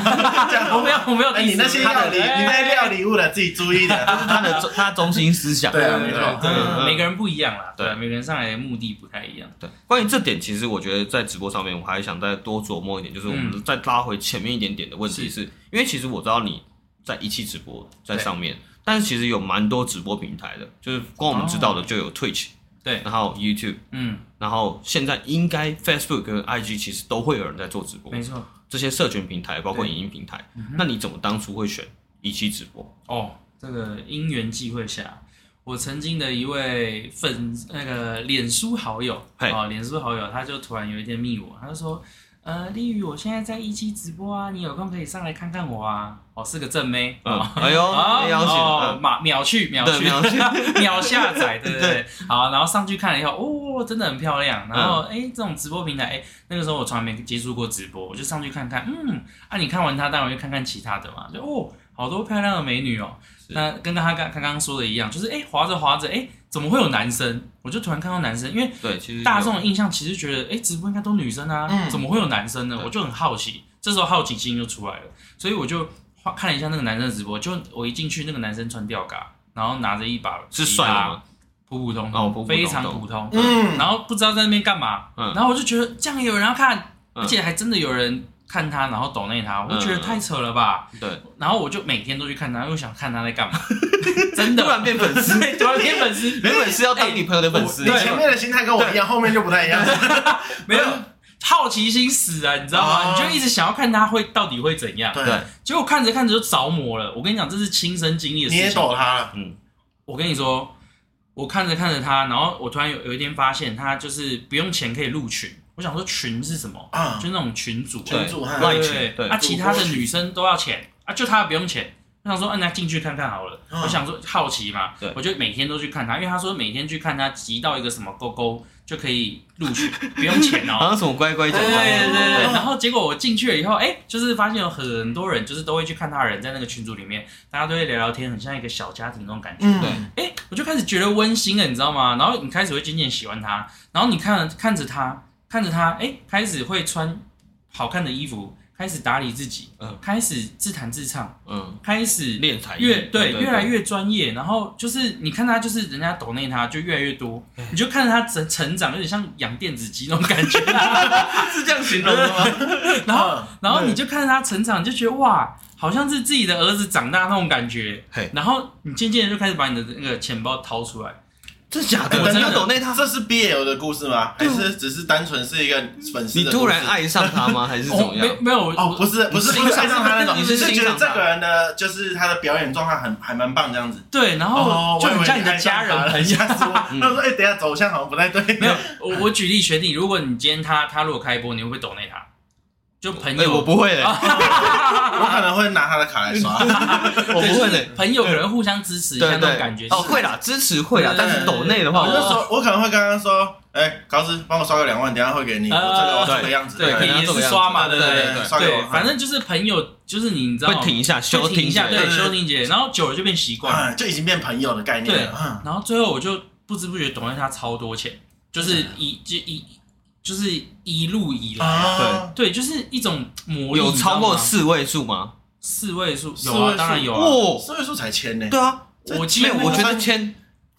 [SPEAKER 4] 这样
[SPEAKER 3] 我没有，我没有
[SPEAKER 4] 哎，
[SPEAKER 3] diss
[SPEAKER 4] 你那些
[SPEAKER 3] 啊他
[SPEAKER 4] 料
[SPEAKER 3] 的哎
[SPEAKER 4] 理，你那些料理物的自己注意 的。
[SPEAKER 5] 他的中他的中心思想，
[SPEAKER 4] 对啊
[SPEAKER 3] 对
[SPEAKER 4] 没
[SPEAKER 3] 对
[SPEAKER 4] 错
[SPEAKER 3] 对
[SPEAKER 5] 嗯
[SPEAKER 3] 每个人不一样啦，
[SPEAKER 5] 对
[SPEAKER 3] 对，每个人上来的目的不太一样。
[SPEAKER 5] 对，关于这点，其实我觉得在直播上面，我还想再多琢磨一点，就是我
[SPEAKER 3] 嗯
[SPEAKER 5] 们再拉回前面一点点的问题是，因为其实我知道你在一期直播在上面，但是其实有蛮多直播平台的，就是光我们知道的就有 Twitch，、
[SPEAKER 3] 哦对
[SPEAKER 5] 然后 YouTube，
[SPEAKER 3] 嗯，
[SPEAKER 5] 然后现在应该 Facebook 跟 IG 其实都会有人在做直播
[SPEAKER 3] 没，错。
[SPEAKER 5] 这些社群平台包括影音平台，
[SPEAKER 3] 嗯
[SPEAKER 5] 那你怎么当初会选一期直播？
[SPEAKER 3] 哦，这个因缘际会下，我曾经的一位粉那个脸书好友哦
[SPEAKER 5] 嘿
[SPEAKER 3] 啊，脸书好友，他就突然有一天密我，他就说：“呃，丽宇，我现在在一期直播啊，你有空可以上来看看我啊。哦，是个正妹，
[SPEAKER 5] 嗯，哎呦，
[SPEAKER 3] 哦
[SPEAKER 5] 被邀请
[SPEAKER 3] 哦
[SPEAKER 5] 了，，嗯
[SPEAKER 3] 秒秒去秒去
[SPEAKER 5] 对秒
[SPEAKER 3] 秒下载，对对对
[SPEAKER 5] 对。
[SPEAKER 3] 好，然后上去看了以后，哦，真的很漂亮。然后哎，这种直播平台，哎，那个时候我从来没接触过直播，我就上去看看，嗯，啊，你看完它，当然就看看其他的嘛，就哦，好多漂亮的美女哦。那跟他刚刚刚说的一样，就是哎，滑着滑着，哎，怎么会有男生？我就突然看到男生，因为
[SPEAKER 5] 对，其实
[SPEAKER 3] 大众的印象其实觉得，哎、直播应该都女生啊，
[SPEAKER 4] 嗯
[SPEAKER 3] 怎么会有男生呢？
[SPEAKER 5] 对
[SPEAKER 3] 我就很好奇，这时候好奇心就出来了，所以我就花看了一下那个男生的直播，就我一进去，那个男生穿吊嘎，然后拿着一把
[SPEAKER 5] 是
[SPEAKER 3] 吉
[SPEAKER 5] 帅的
[SPEAKER 3] 他
[SPEAKER 5] 吗？
[SPEAKER 3] 普普通通，
[SPEAKER 5] 哦普普通通
[SPEAKER 3] 非常普通，
[SPEAKER 4] 嗯
[SPEAKER 3] 然后不知道在那边干嘛，
[SPEAKER 5] 嗯
[SPEAKER 3] 然后我就觉得这样也有人要看，
[SPEAKER 5] 嗯
[SPEAKER 3] 而且还真的有人看他，然后抖内他，我就觉得
[SPEAKER 5] 嗯
[SPEAKER 3] 太扯了吧，
[SPEAKER 5] 对，
[SPEAKER 3] 然后我就每天都去看他，又想看他在 干嘛，真的哎
[SPEAKER 5] 突然变粉 丝，
[SPEAKER 3] 对突然变粉丝，
[SPEAKER 5] 原本是要当女朋友的粉丝，
[SPEAKER 4] 你前面的心态跟我一样，后面就不太一样。 嗯
[SPEAKER 3] 没有好奇心死啊，你知道吗？
[SPEAKER 4] 哦
[SPEAKER 3] 你就一直想要看他会到底会怎样，
[SPEAKER 4] 对
[SPEAKER 5] 对，
[SPEAKER 3] 结果看着看着就着魔了。我跟你讲，这是亲身经历的
[SPEAKER 4] 你
[SPEAKER 3] 事
[SPEAKER 4] 也
[SPEAKER 3] 情。
[SPEAKER 4] 抖他了，
[SPEAKER 3] 我跟你说，我看着看着他，然后我突然有有一天发现他就是不用钱可以入群。我想说群是什么？
[SPEAKER 4] 啊
[SPEAKER 3] 就那种群主啊，
[SPEAKER 4] 群主和
[SPEAKER 5] 赖
[SPEAKER 3] 对
[SPEAKER 5] 群，对
[SPEAKER 3] 啊，，其他的女生都要钱啊，就她不用钱。我想说，嗯、那进去看看好了。
[SPEAKER 4] 嗯
[SPEAKER 3] 我想说好奇嘛，
[SPEAKER 5] 对
[SPEAKER 3] 我就每天都去看她，因为她说每天去看她集到一个什么勾勾就可以录取，不用钱哦。
[SPEAKER 5] 好像什么乖乖
[SPEAKER 3] 对
[SPEAKER 5] 奖，
[SPEAKER 3] 对对对，然后结果我进去了以后，哎，就是发现有很多人，就是都会去看他的人在那个群组里面，大家都会聊聊天，很像一个小家庭那种感觉。
[SPEAKER 5] 对
[SPEAKER 4] 嗯，
[SPEAKER 3] 哎，我就开始觉得温馨了，你知道吗？然后你开始会渐渐喜欢他，然后你看看着他，看着他，哎，开始会穿好看的衣服，开始打理自己，呃
[SPEAKER 5] 嗯
[SPEAKER 3] 开始自弹自唱，
[SPEAKER 5] 嗯，
[SPEAKER 3] 开始
[SPEAKER 5] 练才艺，
[SPEAKER 3] 越对越来越专业，然后就是你看他就是人家抖内他就越来越 多，你就看着他成成长，有点像养电子鸡那种感觉。
[SPEAKER 5] 是这样形容的吗？
[SPEAKER 3] 然后
[SPEAKER 4] 嗯
[SPEAKER 3] 然后你就看着他成长，你就觉得哇，好像是自己的儿子长大那种感觉
[SPEAKER 5] 嘿。
[SPEAKER 3] 然后你渐渐的就开始把你的那个钱包掏出来，
[SPEAKER 5] 真假
[SPEAKER 4] 哎
[SPEAKER 5] 的？我
[SPEAKER 4] 等
[SPEAKER 5] 真
[SPEAKER 4] 等
[SPEAKER 5] 的懂那他，
[SPEAKER 4] 这是 BL 的故事吗？还是只是单纯是一个粉丝
[SPEAKER 5] 你
[SPEAKER 4] 的故事？
[SPEAKER 5] 突然
[SPEAKER 3] 啊
[SPEAKER 5] 爱上他 吗？还是怎
[SPEAKER 3] 哦，
[SPEAKER 5] 么
[SPEAKER 3] 没
[SPEAKER 5] 样？
[SPEAKER 3] 没有
[SPEAKER 4] 哦，不是不是不是爱上他那种，
[SPEAKER 5] 你
[SPEAKER 4] 是
[SPEAKER 5] 是欣赏他
[SPEAKER 4] 觉得这个人的就是他的表演状态很还蛮棒这样子。
[SPEAKER 3] 对，然
[SPEAKER 4] 哦
[SPEAKER 3] 后就
[SPEAKER 4] 我以
[SPEAKER 3] 很
[SPEAKER 4] 为
[SPEAKER 3] 像你的
[SPEAKER 4] 爱上
[SPEAKER 3] 家人
[SPEAKER 4] 他了
[SPEAKER 3] 朋友。
[SPEAKER 4] 吓死我！ 他说：“哎，等一下走向好像不太对。”
[SPEAKER 3] 没有，我我举例学弟，如果你今天他他如果开播，你会不会抖内他？就朋
[SPEAKER 5] 哎，
[SPEAKER 3] 友，
[SPEAKER 5] 我不会嘞，
[SPEAKER 3] 啊
[SPEAKER 4] 我可能会拿他的卡来 刷。
[SPEAKER 3] 哦
[SPEAKER 5] 我不会嘞，
[SPEAKER 3] 朋友可能互相支持一下
[SPEAKER 5] 对
[SPEAKER 3] 那种
[SPEAKER 5] 对，
[SPEAKER 3] 感觉。哦
[SPEAKER 5] 哦，会啦，支持会啦，但是抖内的话，
[SPEAKER 4] 我就
[SPEAKER 5] 我
[SPEAKER 4] 说，我可能会刚刚说，哎，高斯，帮我刷个两万，等一下会给你，我
[SPEAKER 3] 呃
[SPEAKER 4] 这个我这个样子，
[SPEAKER 3] 对可以
[SPEAKER 5] 可能
[SPEAKER 3] 也
[SPEAKER 5] 这
[SPEAKER 3] 是
[SPEAKER 5] 个样子
[SPEAKER 3] 刷嘛，
[SPEAKER 4] 对
[SPEAKER 3] 对不对？
[SPEAKER 5] 对
[SPEAKER 4] 刷给我
[SPEAKER 3] 对，
[SPEAKER 4] 看，
[SPEAKER 3] 反正就是朋友，就是你你知道
[SPEAKER 5] 啊会停一下，
[SPEAKER 3] 会
[SPEAKER 5] 休
[SPEAKER 3] 停一下，
[SPEAKER 5] 对
[SPEAKER 4] 对
[SPEAKER 3] 对，
[SPEAKER 4] 对
[SPEAKER 3] 休停节，然后久了就变习惯了。
[SPEAKER 4] 啊，就已经变朋友的概念了。嗯
[SPEAKER 3] 然后最后我就不知不觉懂了他超多钱，就是一就一就是一路以来，
[SPEAKER 4] 啊，
[SPEAKER 3] 对，就是一种魔力，
[SPEAKER 5] 有
[SPEAKER 3] 你知道
[SPEAKER 5] 超
[SPEAKER 3] 吗
[SPEAKER 5] 过四位数吗？
[SPEAKER 3] 四位数，
[SPEAKER 4] 四
[SPEAKER 3] 有
[SPEAKER 4] 位数
[SPEAKER 3] 啊，当然有啊。
[SPEAKER 5] 哇，
[SPEAKER 4] 四位数才签呢，
[SPEAKER 5] 对啊，
[SPEAKER 3] 我几
[SPEAKER 5] 没有，
[SPEAKER 3] 乎
[SPEAKER 5] 我觉得千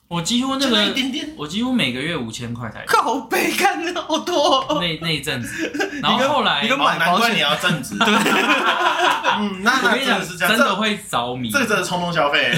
[SPEAKER 3] 我几乎那
[SPEAKER 4] 就那一
[SPEAKER 3] 个
[SPEAKER 4] 点点。
[SPEAKER 3] 我几乎每个月五千块台币
[SPEAKER 5] 靠背看的好多哦，
[SPEAKER 3] 那那一阵 子，然后
[SPEAKER 5] 你跟
[SPEAKER 3] 后来
[SPEAKER 5] 你跟
[SPEAKER 4] 哦
[SPEAKER 5] 买
[SPEAKER 4] 难
[SPEAKER 5] 保
[SPEAKER 4] 怪
[SPEAKER 5] 险
[SPEAKER 4] 你要正直。对， 嗯，那
[SPEAKER 3] 我
[SPEAKER 4] 那
[SPEAKER 3] 跟你
[SPEAKER 4] 真
[SPEAKER 3] 讲，
[SPEAKER 4] 的是这样，
[SPEAKER 3] 真的会着迷
[SPEAKER 4] 这。这真的冲动消费。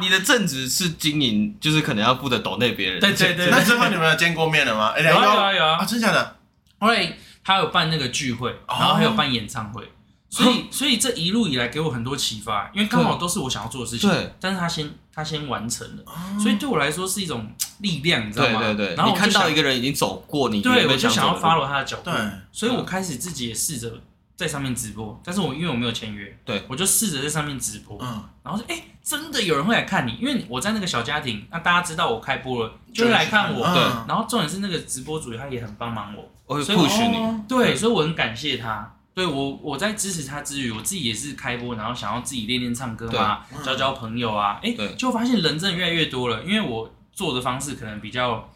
[SPEAKER 5] 你的正职是经营，就是可能要负责抖内别人。
[SPEAKER 3] 对对 对，
[SPEAKER 4] 那最后你们有见过面了吗？哎，
[SPEAKER 3] 有
[SPEAKER 4] 聊
[SPEAKER 3] 啊有
[SPEAKER 4] 聊
[SPEAKER 3] 啊有
[SPEAKER 4] 啊，
[SPEAKER 3] 啊。
[SPEAKER 4] 真假的？
[SPEAKER 3] 后来他有办那个聚会，
[SPEAKER 4] 哦
[SPEAKER 3] 然后还有办演唱会，所以所以这一路以来给我很多启发，因为刚好都是我想要做的事情。
[SPEAKER 5] 对
[SPEAKER 3] 但是他先他先完成了，
[SPEAKER 4] 哦
[SPEAKER 3] 所以对我来说是一种嘖力量，你知
[SPEAKER 5] 嗯
[SPEAKER 3] 道
[SPEAKER 5] 对
[SPEAKER 3] 吗？
[SPEAKER 5] 对对，
[SPEAKER 3] 然后
[SPEAKER 5] 你
[SPEAKER 3] 我就
[SPEAKER 5] 看到
[SPEAKER 3] 想
[SPEAKER 5] 一，个人已经走过你
[SPEAKER 3] 对
[SPEAKER 5] 原
[SPEAKER 3] 我
[SPEAKER 5] 本
[SPEAKER 3] 就想
[SPEAKER 5] 走
[SPEAKER 3] 要
[SPEAKER 5] 的路
[SPEAKER 3] follow 他的脚步
[SPEAKER 4] 对，，
[SPEAKER 3] 所以我开始自己也试着在上面直播，但是我因为我没有签约，
[SPEAKER 5] 对
[SPEAKER 3] 我就试着在上面直播，
[SPEAKER 4] 嗯，
[SPEAKER 3] 然后说，哎、真的有人会来看你，因为我在那个小家庭，那大家知道我开播了，就会来看我。
[SPEAKER 5] 对
[SPEAKER 4] 嗯
[SPEAKER 3] 然后重点是那个直播主他也很帮忙我，
[SPEAKER 5] 我会
[SPEAKER 3] 所以我哦
[SPEAKER 5] push 你。
[SPEAKER 4] 哦
[SPEAKER 3] 对，所以我很感谢他。对我，我在支持他之余，我自己也是开播，然后想要自己练练唱歌嘛，
[SPEAKER 4] 对嗯
[SPEAKER 3] 交交朋友啊，哎
[SPEAKER 5] 对，
[SPEAKER 3] 就发现人真的越来越多了。因为我做的方式可能比较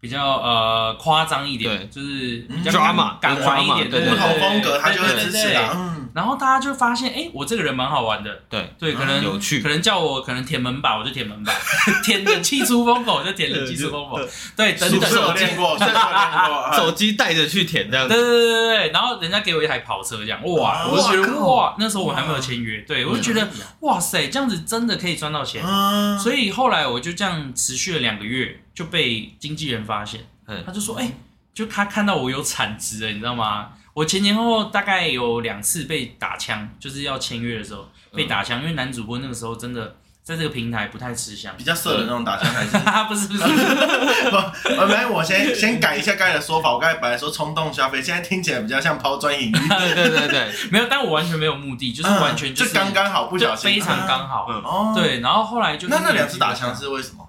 [SPEAKER 3] 比较呃夸张一点，
[SPEAKER 5] 对嗯
[SPEAKER 3] 就是比较
[SPEAKER 5] Drama，
[SPEAKER 3] 感感怀一
[SPEAKER 5] drama，
[SPEAKER 3] 点，
[SPEAKER 5] 对
[SPEAKER 3] 对
[SPEAKER 4] 不同
[SPEAKER 3] 对
[SPEAKER 4] 风格，他就会
[SPEAKER 3] 对对
[SPEAKER 4] 支
[SPEAKER 3] 对
[SPEAKER 4] 持啦。嗯，
[SPEAKER 3] 然后大家就发现，哎，我这个人蛮好玩的，
[SPEAKER 5] 对
[SPEAKER 3] 对，可
[SPEAKER 5] 嗯
[SPEAKER 3] 能
[SPEAKER 5] 有趣
[SPEAKER 3] 可能叫我可能舔门把，我就舔门把； 舔冷气出风口，我就舔冷气出风口，对，等
[SPEAKER 4] 是
[SPEAKER 3] 等
[SPEAKER 4] 不是有练过？是不是有练过？ 啊
[SPEAKER 5] 手机带着去舔这样
[SPEAKER 3] 对
[SPEAKER 5] 子，
[SPEAKER 3] 对对对对，然后人家给我一台跑车，这样
[SPEAKER 4] 哇
[SPEAKER 3] 哇，我就觉得
[SPEAKER 5] 靠
[SPEAKER 3] 哇，那时候我还没有签约，对我就觉得哇塞，这样子真的可以赚到钱，
[SPEAKER 4] 嗯，
[SPEAKER 3] 所以后来我就这样持续了两个月，就被经纪人发现
[SPEAKER 5] 嗯，
[SPEAKER 3] 他就说，哎、就他看到我有产值了，你知道吗？我前前后后大概
[SPEAKER 4] 嗯
[SPEAKER 3] 有两次被打枪，就是要签约的时候被打枪，因为男主播那个时候真的在这个平台不太吃 香
[SPEAKER 4] 比。较色的那种打枪 还是
[SPEAKER 3] 哈哈，不是不是，
[SPEAKER 4] 不，本来我先先改一下刚才的说法，我刚才本来说冲动消费，现在听起来比较像抛砖引玉，
[SPEAKER 5] 对对对对，
[SPEAKER 3] 没有，但我完全没有目的，就是
[SPEAKER 4] 嗯
[SPEAKER 3] 完全就是
[SPEAKER 4] 就刚刚好，不小
[SPEAKER 3] 就
[SPEAKER 4] 心
[SPEAKER 3] 非常刚好。
[SPEAKER 5] 嗯
[SPEAKER 4] 哦，，
[SPEAKER 3] 对，然后后来就是
[SPEAKER 4] 那那两次打枪是为什么？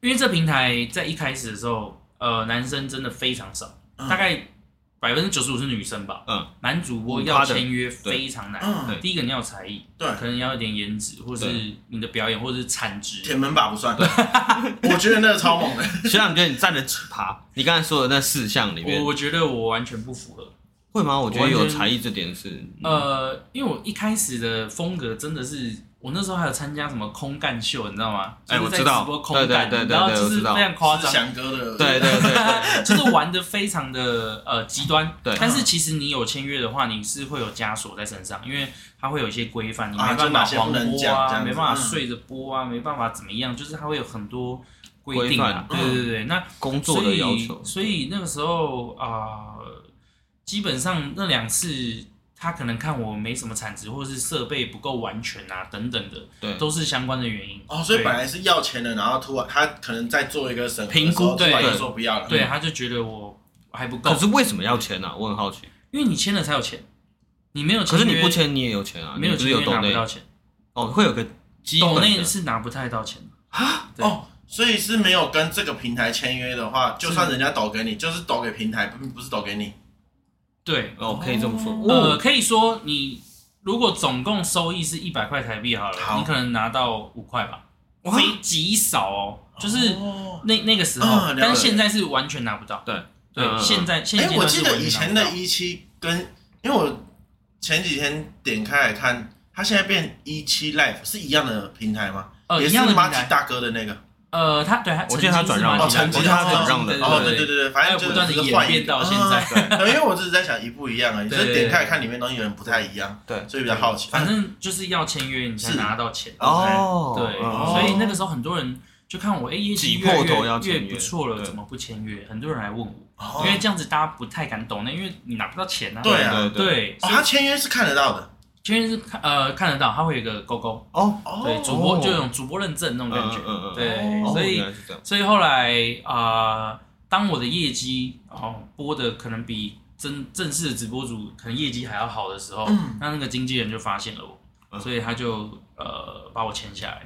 [SPEAKER 3] 因为这平台在一开始的时候，呃，男生真的非常少，
[SPEAKER 4] 嗯
[SPEAKER 3] 大概百分之九十五是女生吧。
[SPEAKER 5] 嗯，
[SPEAKER 3] 男主播
[SPEAKER 5] 嗯
[SPEAKER 3] 要
[SPEAKER 5] 他的
[SPEAKER 3] 签约非常难。
[SPEAKER 4] 嗯，
[SPEAKER 5] 对
[SPEAKER 3] 第一个你要有才艺，
[SPEAKER 4] 对
[SPEAKER 3] 可能要有点颜值，或是
[SPEAKER 5] 对
[SPEAKER 3] 你的表演，或者是产值。
[SPEAKER 4] 铁门把不算， 我觉得那个超猛的，
[SPEAKER 5] 学长，你觉得你占了几趴？你刚才说的那四项里面
[SPEAKER 3] 我，我觉得我完全不符合。
[SPEAKER 5] 会吗？我觉得
[SPEAKER 3] 我
[SPEAKER 5] 有
[SPEAKER 3] 完全
[SPEAKER 5] 才艺这点是，嗯，
[SPEAKER 3] 呃，因为我一开始的风格真的是，我那时候还有参加什么空干秀，你知道吗？
[SPEAKER 5] 哎
[SPEAKER 3] 就是
[SPEAKER 5] 我
[SPEAKER 3] 在
[SPEAKER 5] 知道
[SPEAKER 3] 直播空干，
[SPEAKER 5] 对对对对
[SPEAKER 3] 然后就
[SPEAKER 5] 我
[SPEAKER 3] 是
[SPEAKER 5] 知道
[SPEAKER 3] 非常 夸
[SPEAKER 4] 是
[SPEAKER 3] 张，
[SPEAKER 4] 翔哥的，
[SPEAKER 5] 对对对对，
[SPEAKER 3] 就是玩的非常的呃极端。
[SPEAKER 5] 对
[SPEAKER 3] 但是其实你有签约的话，你是会有枷锁在身上，因为它会有一些规范，你没
[SPEAKER 4] 啊
[SPEAKER 3] 办
[SPEAKER 4] 就哪
[SPEAKER 3] 法
[SPEAKER 4] 些
[SPEAKER 3] 黄
[SPEAKER 4] 不能
[SPEAKER 3] 播
[SPEAKER 4] 讲这
[SPEAKER 3] 啊，
[SPEAKER 4] 样子
[SPEAKER 3] 没办
[SPEAKER 4] 嗯
[SPEAKER 3] 法睡着播啊，没办法怎么样，就是它会有很多规定啊。
[SPEAKER 5] 规
[SPEAKER 3] 对
[SPEAKER 5] 范
[SPEAKER 4] 嗯
[SPEAKER 3] 对对，那
[SPEAKER 5] 工作的要求，
[SPEAKER 3] 所以所以那个时候啊、呃基本上那两次他可能看我没什么产值，或者是设备不够完全啊等等的，
[SPEAKER 5] 对
[SPEAKER 3] 都是相关的原因。
[SPEAKER 4] 哦，所以
[SPEAKER 3] 对
[SPEAKER 4] 本来是要钱的，然后突然他可能在做一个审核的时候
[SPEAKER 3] 评估
[SPEAKER 4] 突然
[SPEAKER 3] 对
[SPEAKER 4] 就说不要了，
[SPEAKER 3] 对，他啊就觉得我还不够
[SPEAKER 5] 可，是为什么要签呢、啊？我很好奇。
[SPEAKER 3] 因为你签了才有钱，你没有
[SPEAKER 5] 可
[SPEAKER 3] 签
[SPEAKER 5] 是你
[SPEAKER 3] 约
[SPEAKER 5] 不，签，你也有钱啊，
[SPEAKER 3] 没
[SPEAKER 5] 你
[SPEAKER 3] 有
[SPEAKER 5] 不是
[SPEAKER 3] 签
[SPEAKER 5] 有
[SPEAKER 3] 约
[SPEAKER 5] 抖
[SPEAKER 3] 拿不
[SPEAKER 5] 内
[SPEAKER 3] 到钱，
[SPEAKER 5] 哦，会有个基本
[SPEAKER 3] 抖内
[SPEAKER 5] 的
[SPEAKER 3] 是拿不太到钱的。对
[SPEAKER 4] 哦。所以是没有跟这个平台签约的话，就算人家抖给你，就是抖给平台，不不是抖给你。
[SPEAKER 3] 对，
[SPEAKER 5] 哦，可以这么说。
[SPEAKER 3] 呃，可以说你如果总共收益是一百块台币好了，
[SPEAKER 4] 好
[SPEAKER 3] 你可能拿到五块吧，
[SPEAKER 5] 哇
[SPEAKER 3] 非极少哦，就是。
[SPEAKER 4] 哦
[SPEAKER 3] 那那个时候，
[SPEAKER 4] 嗯了解
[SPEAKER 3] 但是现在是完全拿不到。
[SPEAKER 5] 对
[SPEAKER 3] 对，
[SPEAKER 5] 啊嗯嗯嗯
[SPEAKER 3] 现在现
[SPEAKER 4] 哎、
[SPEAKER 3] 在
[SPEAKER 4] 我记得以前的一期跟，因为我前几天点开来看，它现在变一期 Live 是一样的平台吗？
[SPEAKER 3] 呃
[SPEAKER 4] 也
[SPEAKER 3] 一
[SPEAKER 4] 是
[SPEAKER 3] 样的平
[SPEAKER 4] 马吉
[SPEAKER 3] 台，
[SPEAKER 4] 大哥的那个。
[SPEAKER 3] 呃，他对，
[SPEAKER 5] 我记啊得他转让
[SPEAKER 3] 了，
[SPEAKER 4] 哦曾经
[SPEAKER 3] 我记得他
[SPEAKER 4] 哦
[SPEAKER 3] 转让
[SPEAKER 5] 对
[SPEAKER 3] 的，
[SPEAKER 4] 哦，对
[SPEAKER 3] 对
[SPEAKER 4] 对对，反
[SPEAKER 3] 还
[SPEAKER 4] 正
[SPEAKER 3] 有
[SPEAKER 4] 就
[SPEAKER 3] 不断的
[SPEAKER 4] 是
[SPEAKER 3] 演
[SPEAKER 4] 换一
[SPEAKER 3] 变
[SPEAKER 4] 个
[SPEAKER 3] 到现。
[SPEAKER 4] 啊
[SPEAKER 3] 在。
[SPEAKER 4] 对， 因为我只是在想一不一样啊，你
[SPEAKER 3] 对
[SPEAKER 4] 这点开来看里面东西有点不太一样，
[SPEAKER 5] 对
[SPEAKER 4] 所以比较好奇。
[SPEAKER 3] 反正就是要签约你才
[SPEAKER 4] 是
[SPEAKER 3] 拿到钱，
[SPEAKER 5] 哦，
[SPEAKER 3] 对，
[SPEAKER 5] 嗯
[SPEAKER 3] 所以那个时候很多人就看我哎业
[SPEAKER 5] 挤
[SPEAKER 3] 绩越来
[SPEAKER 5] 破头要
[SPEAKER 3] 越
[SPEAKER 5] 签约
[SPEAKER 3] 越不错了，
[SPEAKER 5] 对
[SPEAKER 3] 怎么不签约？很多人来问我，
[SPEAKER 4] 哦
[SPEAKER 3] 因为这样子大家不太敢懂那，因为你拿不到钱啊。
[SPEAKER 4] 对啊
[SPEAKER 5] 对对
[SPEAKER 3] 对，
[SPEAKER 4] 哦，
[SPEAKER 3] 所以
[SPEAKER 4] 他签约是看得到的。
[SPEAKER 3] 签约是看呃看得到，它会有一个勾勾，
[SPEAKER 5] 哦，
[SPEAKER 4] 哦，
[SPEAKER 3] 对，主播就有种主播认证那种感觉
[SPEAKER 5] 嗯嗯嗯嗯，
[SPEAKER 3] 对，
[SPEAKER 5] 哦
[SPEAKER 3] 所以
[SPEAKER 5] 原来是这样。
[SPEAKER 3] 所以后来啊、呃当我的业绩哦播的可能比真正式的直播主可能业绩还要好的时候，
[SPEAKER 4] 嗯
[SPEAKER 3] 那那个经纪人就发现了我，
[SPEAKER 5] 嗯
[SPEAKER 3] 所以他就呃把我签下来。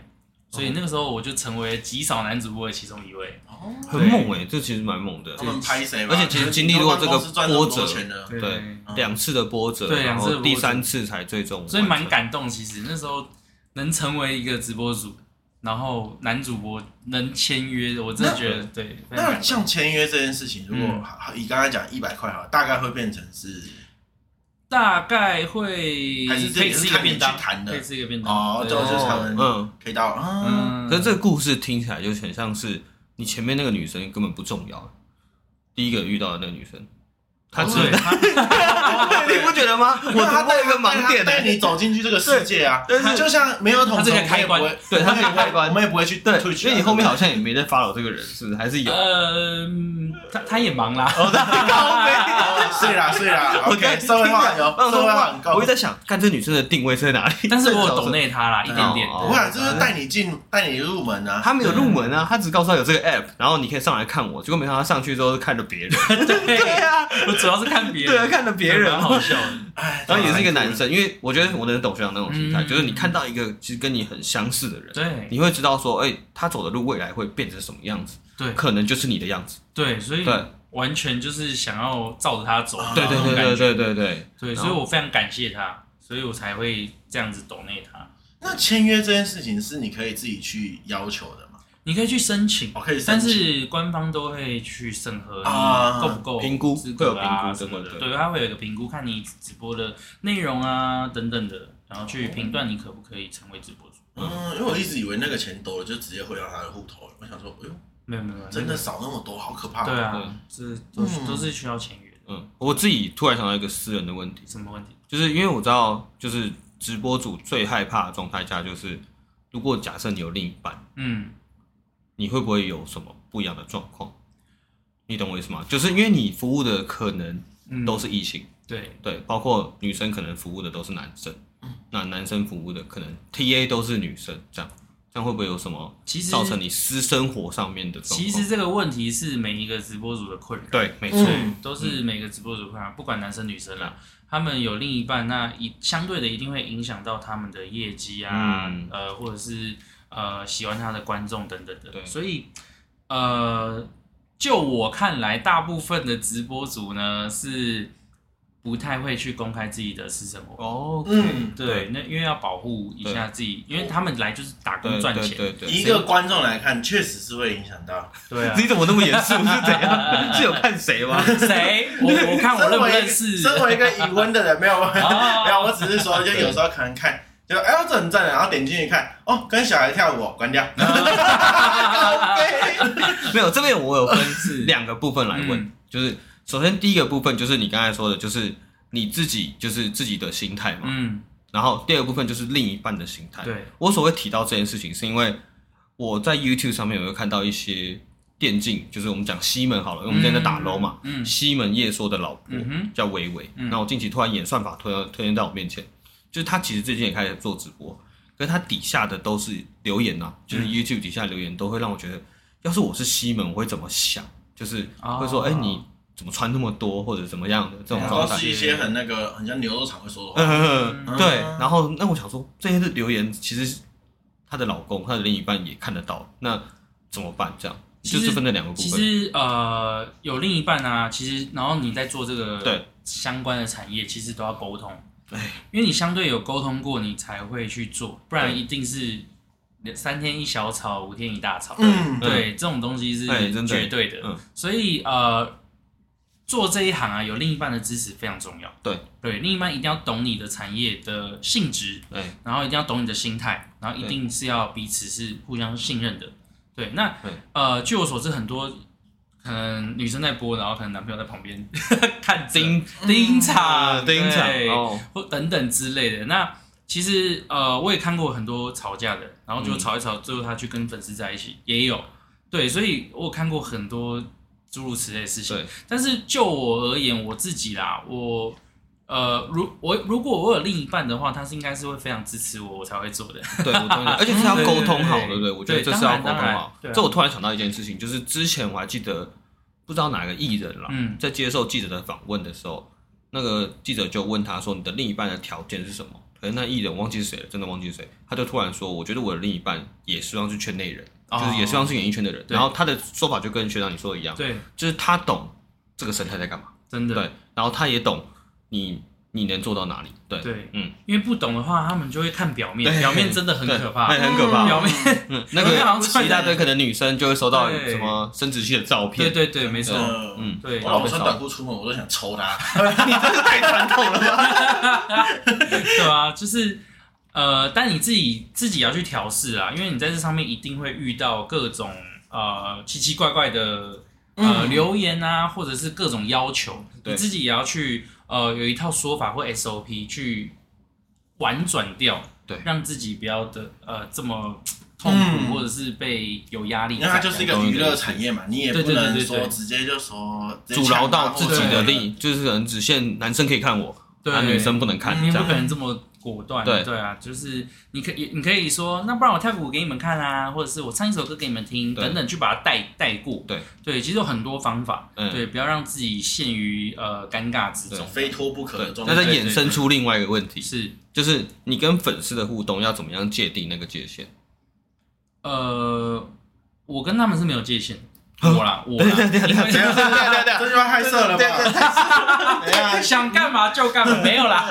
[SPEAKER 3] 所以那个时候我就成为极少男主播的其中一位，
[SPEAKER 4] 哦
[SPEAKER 5] 很猛哎、这其实蛮猛的
[SPEAKER 4] 他。们拍谁吧？
[SPEAKER 5] 而且其实经历过这个
[SPEAKER 4] 公司赚那么
[SPEAKER 5] 波
[SPEAKER 4] 多
[SPEAKER 5] 折
[SPEAKER 4] 钱了
[SPEAKER 3] 对
[SPEAKER 5] 对两次的波折，
[SPEAKER 3] 嗯对
[SPEAKER 5] 然
[SPEAKER 3] 两次
[SPEAKER 5] 后
[SPEAKER 3] 的波折
[SPEAKER 5] 第三次才最终，
[SPEAKER 3] 所以蛮。感动。其实那时候能成为一个直播主，然后男主播能签约，我真的觉得对非常
[SPEAKER 4] 那
[SPEAKER 3] 感动。
[SPEAKER 4] 像签约这件事情，如果
[SPEAKER 3] 嗯
[SPEAKER 4] 好以刚才讲一百块哈，大概会变成是
[SPEAKER 3] 大概会
[SPEAKER 4] 还是这
[SPEAKER 3] 可以
[SPEAKER 4] 也是
[SPEAKER 3] 吃一个
[SPEAKER 4] 看你
[SPEAKER 3] 便当
[SPEAKER 4] 去谈，的
[SPEAKER 3] 可以吃一个便当
[SPEAKER 4] 哦，
[SPEAKER 3] 对
[SPEAKER 4] 就
[SPEAKER 5] 对
[SPEAKER 4] 是他们
[SPEAKER 5] 嗯，
[SPEAKER 4] 可以到啊，
[SPEAKER 3] 嗯，
[SPEAKER 5] 可是这个故事听起来就很像是你前面那个女生根本不重要，第一个遇到的那个女生，她只
[SPEAKER 3] 对，哦 他
[SPEAKER 5] 你不觉得吗？ 我突破一个盲点
[SPEAKER 4] 带
[SPEAKER 5] 欸
[SPEAKER 4] 你走进去这个世界啊。
[SPEAKER 5] 对但是
[SPEAKER 4] 就像没有
[SPEAKER 3] 它
[SPEAKER 4] 统
[SPEAKER 3] 是
[SPEAKER 4] 筹，
[SPEAKER 3] 个
[SPEAKER 4] 我们
[SPEAKER 3] 开
[SPEAKER 4] 也不
[SPEAKER 3] 关
[SPEAKER 4] 会，
[SPEAKER 5] 对它是个
[SPEAKER 4] 我们也不会
[SPEAKER 5] 开关
[SPEAKER 4] 我们也不会去
[SPEAKER 5] 对，
[SPEAKER 4] Twitch
[SPEAKER 5] 因
[SPEAKER 4] 啊
[SPEAKER 5] 为你后面好像也没在 follow 这个人，是不是？还 是有？
[SPEAKER 3] 呃，他他也忙啦，
[SPEAKER 4] 哦是啦是啦，OK，社会化有
[SPEAKER 5] 我
[SPEAKER 4] 社会化很高
[SPEAKER 5] 嗯我一。直在想，看这女生的定位是在哪里？
[SPEAKER 3] 但是我有抖内他啦，一点点。
[SPEAKER 5] 哦
[SPEAKER 4] 我想这啊就是带你进，带你入门 啊。
[SPEAKER 5] 她没有入门啊，她只告诉她有这个 app，然后你可以上来看我。结果没想到她上去之后是看着 别人，
[SPEAKER 3] 对
[SPEAKER 5] 对啊，
[SPEAKER 3] 我主要是看别人，
[SPEAKER 5] 对，啊看着别人哦
[SPEAKER 3] 蛮。好笑的。
[SPEAKER 4] 哎，
[SPEAKER 5] 然后也是一个男生，因为我觉得我能懂学长那种心态，
[SPEAKER 3] 嗯
[SPEAKER 5] 就是你看到一个其实跟你很相似的人，
[SPEAKER 3] 对
[SPEAKER 5] 你会知道说，哎，他走的路未来会变成什么样子，
[SPEAKER 3] 对
[SPEAKER 5] 可能就是你的样子。
[SPEAKER 3] 对，所以
[SPEAKER 5] 对
[SPEAKER 3] 完全就是想要照着他走，
[SPEAKER 4] 对
[SPEAKER 5] 对对
[SPEAKER 3] 那种
[SPEAKER 5] 对
[SPEAKER 3] 感
[SPEAKER 5] 对
[SPEAKER 3] 觉
[SPEAKER 5] 对对对，
[SPEAKER 3] 对，所以我非常感谢他，所以我才会这样子抖内他。
[SPEAKER 4] 那签约这件事情是你可以自己去要求的嘛？
[SPEAKER 3] 你可以去申请，
[SPEAKER 4] 我可以申
[SPEAKER 3] 但
[SPEAKER 4] 请，
[SPEAKER 3] 是官方都会去审核
[SPEAKER 4] 啊
[SPEAKER 3] 你够不够
[SPEAKER 5] 评估
[SPEAKER 3] 资格啊
[SPEAKER 5] 会有评估
[SPEAKER 3] 什么
[SPEAKER 5] 对
[SPEAKER 3] 的，
[SPEAKER 5] 对对
[SPEAKER 3] 对，他会有一个评估，看你直播的内容啊等等的，然后
[SPEAKER 5] 哦
[SPEAKER 3] 去评断你可不可以成为直播主。
[SPEAKER 4] 嗯，因为我一直以为那个钱多了就直接汇到他的户头了，我想说，哎呦，
[SPEAKER 3] 没有没有，没有
[SPEAKER 4] 真的少那么多，好可怕。
[SPEAKER 3] 对
[SPEAKER 5] 对
[SPEAKER 3] 啊，这都是
[SPEAKER 4] 嗯
[SPEAKER 3] 都是需要签约的，
[SPEAKER 5] 嗯，我自己突然想到一个私人的问题，
[SPEAKER 3] 什么问题？
[SPEAKER 5] 就是因为我知道，就是直播主最害怕的状态下，就是如果假设你有另一半，
[SPEAKER 3] 嗯，
[SPEAKER 5] 你会不会有什么不一样的状况？你懂我意思吗？就是因为你服务的可能
[SPEAKER 3] 嗯
[SPEAKER 5] 都是异性，
[SPEAKER 3] 对，
[SPEAKER 5] 对，包括
[SPEAKER 3] 嗯
[SPEAKER 5] 女生可能服务的都是男生，那男生服务的可能 TA 都是女生，这样这样会不会有什么
[SPEAKER 3] 其实
[SPEAKER 5] 造成你私生活上面的状况？
[SPEAKER 3] 其实这个问题是每一个直播主的困扰，
[SPEAKER 5] 对，没错，
[SPEAKER 4] 嗯，
[SPEAKER 3] 都是每个直播主困扰，不管男生女生啦，他们有另一半，那一相对的一定会影响到他们的业绩啊，
[SPEAKER 5] 嗯
[SPEAKER 3] 呃，或者是呃喜欢他的观众等等
[SPEAKER 5] 对
[SPEAKER 3] 的，所以呃，就我看来，大部分的直播主呢是不太会去公开自己的私生活。
[SPEAKER 5] 哦，
[SPEAKER 4] 嗯
[SPEAKER 3] 对，那因为要保护一下自己，因为他们来就是打工
[SPEAKER 5] 对
[SPEAKER 3] 赚
[SPEAKER 5] 对
[SPEAKER 3] 钱，
[SPEAKER 5] 对对，
[SPEAKER 4] 以一个观众来看，确实是会影响到。
[SPEAKER 3] 对啊
[SPEAKER 5] 你。怎么那么严肃？是怎 样？是有看谁吗？
[SPEAKER 3] 谁？我我看 我认
[SPEAKER 4] 身
[SPEAKER 3] 不
[SPEAKER 4] 为
[SPEAKER 3] 认识？
[SPEAKER 4] 身为一个已婚的人，没有，
[SPEAKER 3] 哦
[SPEAKER 4] 没有，我只是说，就有时候可能看，就哎呦这很赞的，然后点进去看，哦，跟小孩跳舞哦，关掉。
[SPEAKER 5] 没有，这边我有分
[SPEAKER 3] 是
[SPEAKER 5] 两个部分来问，
[SPEAKER 3] 嗯
[SPEAKER 5] 就是首先第一个部分就是你刚才说的，就是你自己就是自己的心态嘛，
[SPEAKER 3] 嗯，
[SPEAKER 5] 然后第二个部分就是另一半的心态。
[SPEAKER 3] 对，
[SPEAKER 5] 我所谓提到这件事情，是因为我在 YouTube 上面有看到一些电竞，就是我们讲西门好了，因为我们现在在打 LO 嘛，
[SPEAKER 3] 嗯
[SPEAKER 5] 西门叶说的老婆、
[SPEAKER 3] 嗯哼
[SPEAKER 5] 叫薇薇，
[SPEAKER 3] 嗯
[SPEAKER 5] 那我近期突然演算法推推荐到我面前，就是他其实最近也开始做直播，可是他底下的都是留言呐、就是
[SPEAKER 3] 嗯
[SPEAKER 5] YouTube 底下留言都会让我觉得，要是我是西门，我会怎么想？就是会说，
[SPEAKER 3] 哦
[SPEAKER 5] 哎、你怎么穿那么多，或者怎么样的这种
[SPEAKER 3] 对啊
[SPEAKER 5] 状
[SPEAKER 2] 都
[SPEAKER 5] 态。
[SPEAKER 2] 是一些很那个，很像牛肉厂会说的话。
[SPEAKER 5] 嗯，
[SPEAKER 3] 嗯
[SPEAKER 5] 对。然后那我想说，这些的留言其实她的老公、她的另一半也看得到，那怎么办？这样
[SPEAKER 3] 其
[SPEAKER 5] 就
[SPEAKER 3] 实
[SPEAKER 5] 是分成两个部
[SPEAKER 3] 其
[SPEAKER 5] 分。
[SPEAKER 3] 实呃，有另一半啊，其实然后你在做这个
[SPEAKER 5] 对
[SPEAKER 3] 相关的产业，其实都要沟通，
[SPEAKER 5] 哎，
[SPEAKER 3] 因为你相对有沟通过，你才会去做，不然
[SPEAKER 5] 对
[SPEAKER 3] 一定是三天一小吵，五天一大吵。
[SPEAKER 4] 嗯
[SPEAKER 3] 对，这种东西是
[SPEAKER 5] 哎真的
[SPEAKER 3] 绝对的，
[SPEAKER 5] 嗯
[SPEAKER 3] 所以呃，做这一行啊，有另一半的支持非常重要。
[SPEAKER 5] 对
[SPEAKER 3] 对，另一半一定要懂你的产业的性质，
[SPEAKER 5] 对，
[SPEAKER 3] 然后一定要懂你的心态，然后一
[SPEAKER 5] 对
[SPEAKER 3] 定是要彼此是互相信任的。对，那
[SPEAKER 5] 对
[SPEAKER 3] 呃，据我所知，很多可能女生在播，然后可能男朋友在旁边 看着
[SPEAKER 5] 盯
[SPEAKER 3] 盯场、
[SPEAKER 5] 嗯盯场
[SPEAKER 3] 对
[SPEAKER 5] 哦，
[SPEAKER 3] 或等等之类的。那其实呃，我也看过很多吵架的，然后
[SPEAKER 5] 嗯
[SPEAKER 3] 就吵一吵，最后他去跟粉丝在一起，也有对，所以我有看过很多诸如此类的事情
[SPEAKER 5] 对。
[SPEAKER 3] 但是就我而言，我自己啦，我呃，如我如果我有另一半的话，他是应该是会非常支持我，我才会做的。
[SPEAKER 5] 对，我同意，而且是要沟通好，
[SPEAKER 3] 对对
[SPEAKER 5] 对
[SPEAKER 3] 对
[SPEAKER 5] 不对？我觉得这
[SPEAKER 3] 对
[SPEAKER 5] 是要沟
[SPEAKER 3] 当
[SPEAKER 5] 通
[SPEAKER 3] 然当然
[SPEAKER 5] 好
[SPEAKER 3] 对啊。
[SPEAKER 5] 这我突然想到一件事情，就是之前我还记得不知道哪个艺人啦，
[SPEAKER 3] 嗯
[SPEAKER 5] 在接受记者的访问的时候，那个记者就问他说：“你的另一半的条件是什么？”可是那艺人我忘记是谁了，真的忘记是谁，他就突然说：“我觉得我的另一半也希望是圈内人，
[SPEAKER 3] 哦
[SPEAKER 5] 就是也希望是演艺圈的人。”
[SPEAKER 3] 对
[SPEAKER 5] 然后他的说法就跟学长你说的一样，
[SPEAKER 3] 对，
[SPEAKER 5] 就是他懂这个生态在干嘛，
[SPEAKER 3] 真的
[SPEAKER 5] 对，然后他也懂你你能做到哪里，对，
[SPEAKER 3] 对，
[SPEAKER 5] 嗯，
[SPEAKER 3] 因为不懂的话，他们就会看表面，
[SPEAKER 5] 对
[SPEAKER 3] 表面真的很
[SPEAKER 5] 对
[SPEAKER 3] 可怕
[SPEAKER 5] 哎。很可怕，
[SPEAKER 3] 表面
[SPEAKER 5] 嗯，那
[SPEAKER 3] 好像
[SPEAKER 5] 个
[SPEAKER 3] 穿
[SPEAKER 5] 一大堆，可能女生就会收到
[SPEAKER 3] 对
[SPEAKER 5] 什么生殖器的照片。
[SPEAKER 3] 对对对，没错，
[SPEAKER 2] 呃
[SPEAKER 5] 嗯，
[SPEAKER 3] 对
[SPEAKER 2] 我老婆穿短裤出门，我都想抽她。
[SPEAKER 5] 太传统 了吧？
[SPEAKER 3] 对啊，就是呃，但你自己自己要去调试啊，因为你在这上面一定会遇到各种呃奇奇怪怪的呃、
[SPEAKER 2] 嗯
[SPEAKER 3] 留言啊，或者是各种要求，
[SPEAKER 5] 对
[SPEAKER 3] 你自己也要去呃有一套说法或 SOP 去婉转掉，
[SPEAKER 5] 对
[SPEAKER 3] 让自己不要的呃这么痛
[SPEAKER 4] 嗯
[SPEAKER 3] 苦，或者是被有压力
[SPEAKER 2] 因
[SPEAKER 3] 在，
[SPEAKER 2] 为它就是一个娱乐产业嘛，你也不
[SPEAKER 3] 对对对
[SPEAKER 2] 能
[SPEAKER 3] 对对
[SPEAKER 2] 说直接就说
[SPEAKER 5] 阻挠到自己的
[SPEAKER 2] 利
[SPEAKER 5] 利益，就是可能只限男生可以看我，
[SPEAKER 3] 对
[SPEAKER 5] 啊，女生不能看
[SPEAKER 3] 你
[SPEAKER 5] 这
[SPEAKER 3] 嗯不
[SPEAKER 5] 样
[SPEAKER 3] 可。能这么果断，
[SPEAKER 5] 对
[SPEAKER 3] 啊，就是你可以你可以说，那不然我跳个舞给你们看啊，或者是我唱一首歌给你们听，
[SPEAKER 5] 对
[SPEAKER 3] 等等，去把它带带过。
[SPEAKER 5] 对
[SPEAKER 3] 对，其实有很多方法，
[SPEAKER 5] 嗯
[SPEAKER 3] 对，不要让自己陷于呃尴尬之中
[SPEAKER 5] 对。
[SPEAKER 2] 非脱不可的
[SPEAKER 5] 对，
[SPEAKER 2] 状
[SPEAKER 5] 那再
[SPEAKER 2] 态。
[SPEAKER 5] 衍生出另外一个问题，
[SPEAKER 3] 是
[SPEAKER 5] 就是你跟粉丝的互动要怎么样界定那个界限？
[SPEAKER 3] 呃，我跟他们是没有界限，
[SPEAKER 5] 哦
[SPEAKER 3] 我 啦，我啦，
[SPEAKER 4] 怎样？怎样？怎 样？怎样？这句话害
[SPEAKER 2] 太
[SPEAKER 4] 色
[SPEAKER 2] 色了
[SPEAKER 4] 了吧？
[SPEAKER 2] 吧？ 啊
[SPEAKER 4] 怎样？
[SPEAKER 3] 想干嘛就干嘛，没有啦。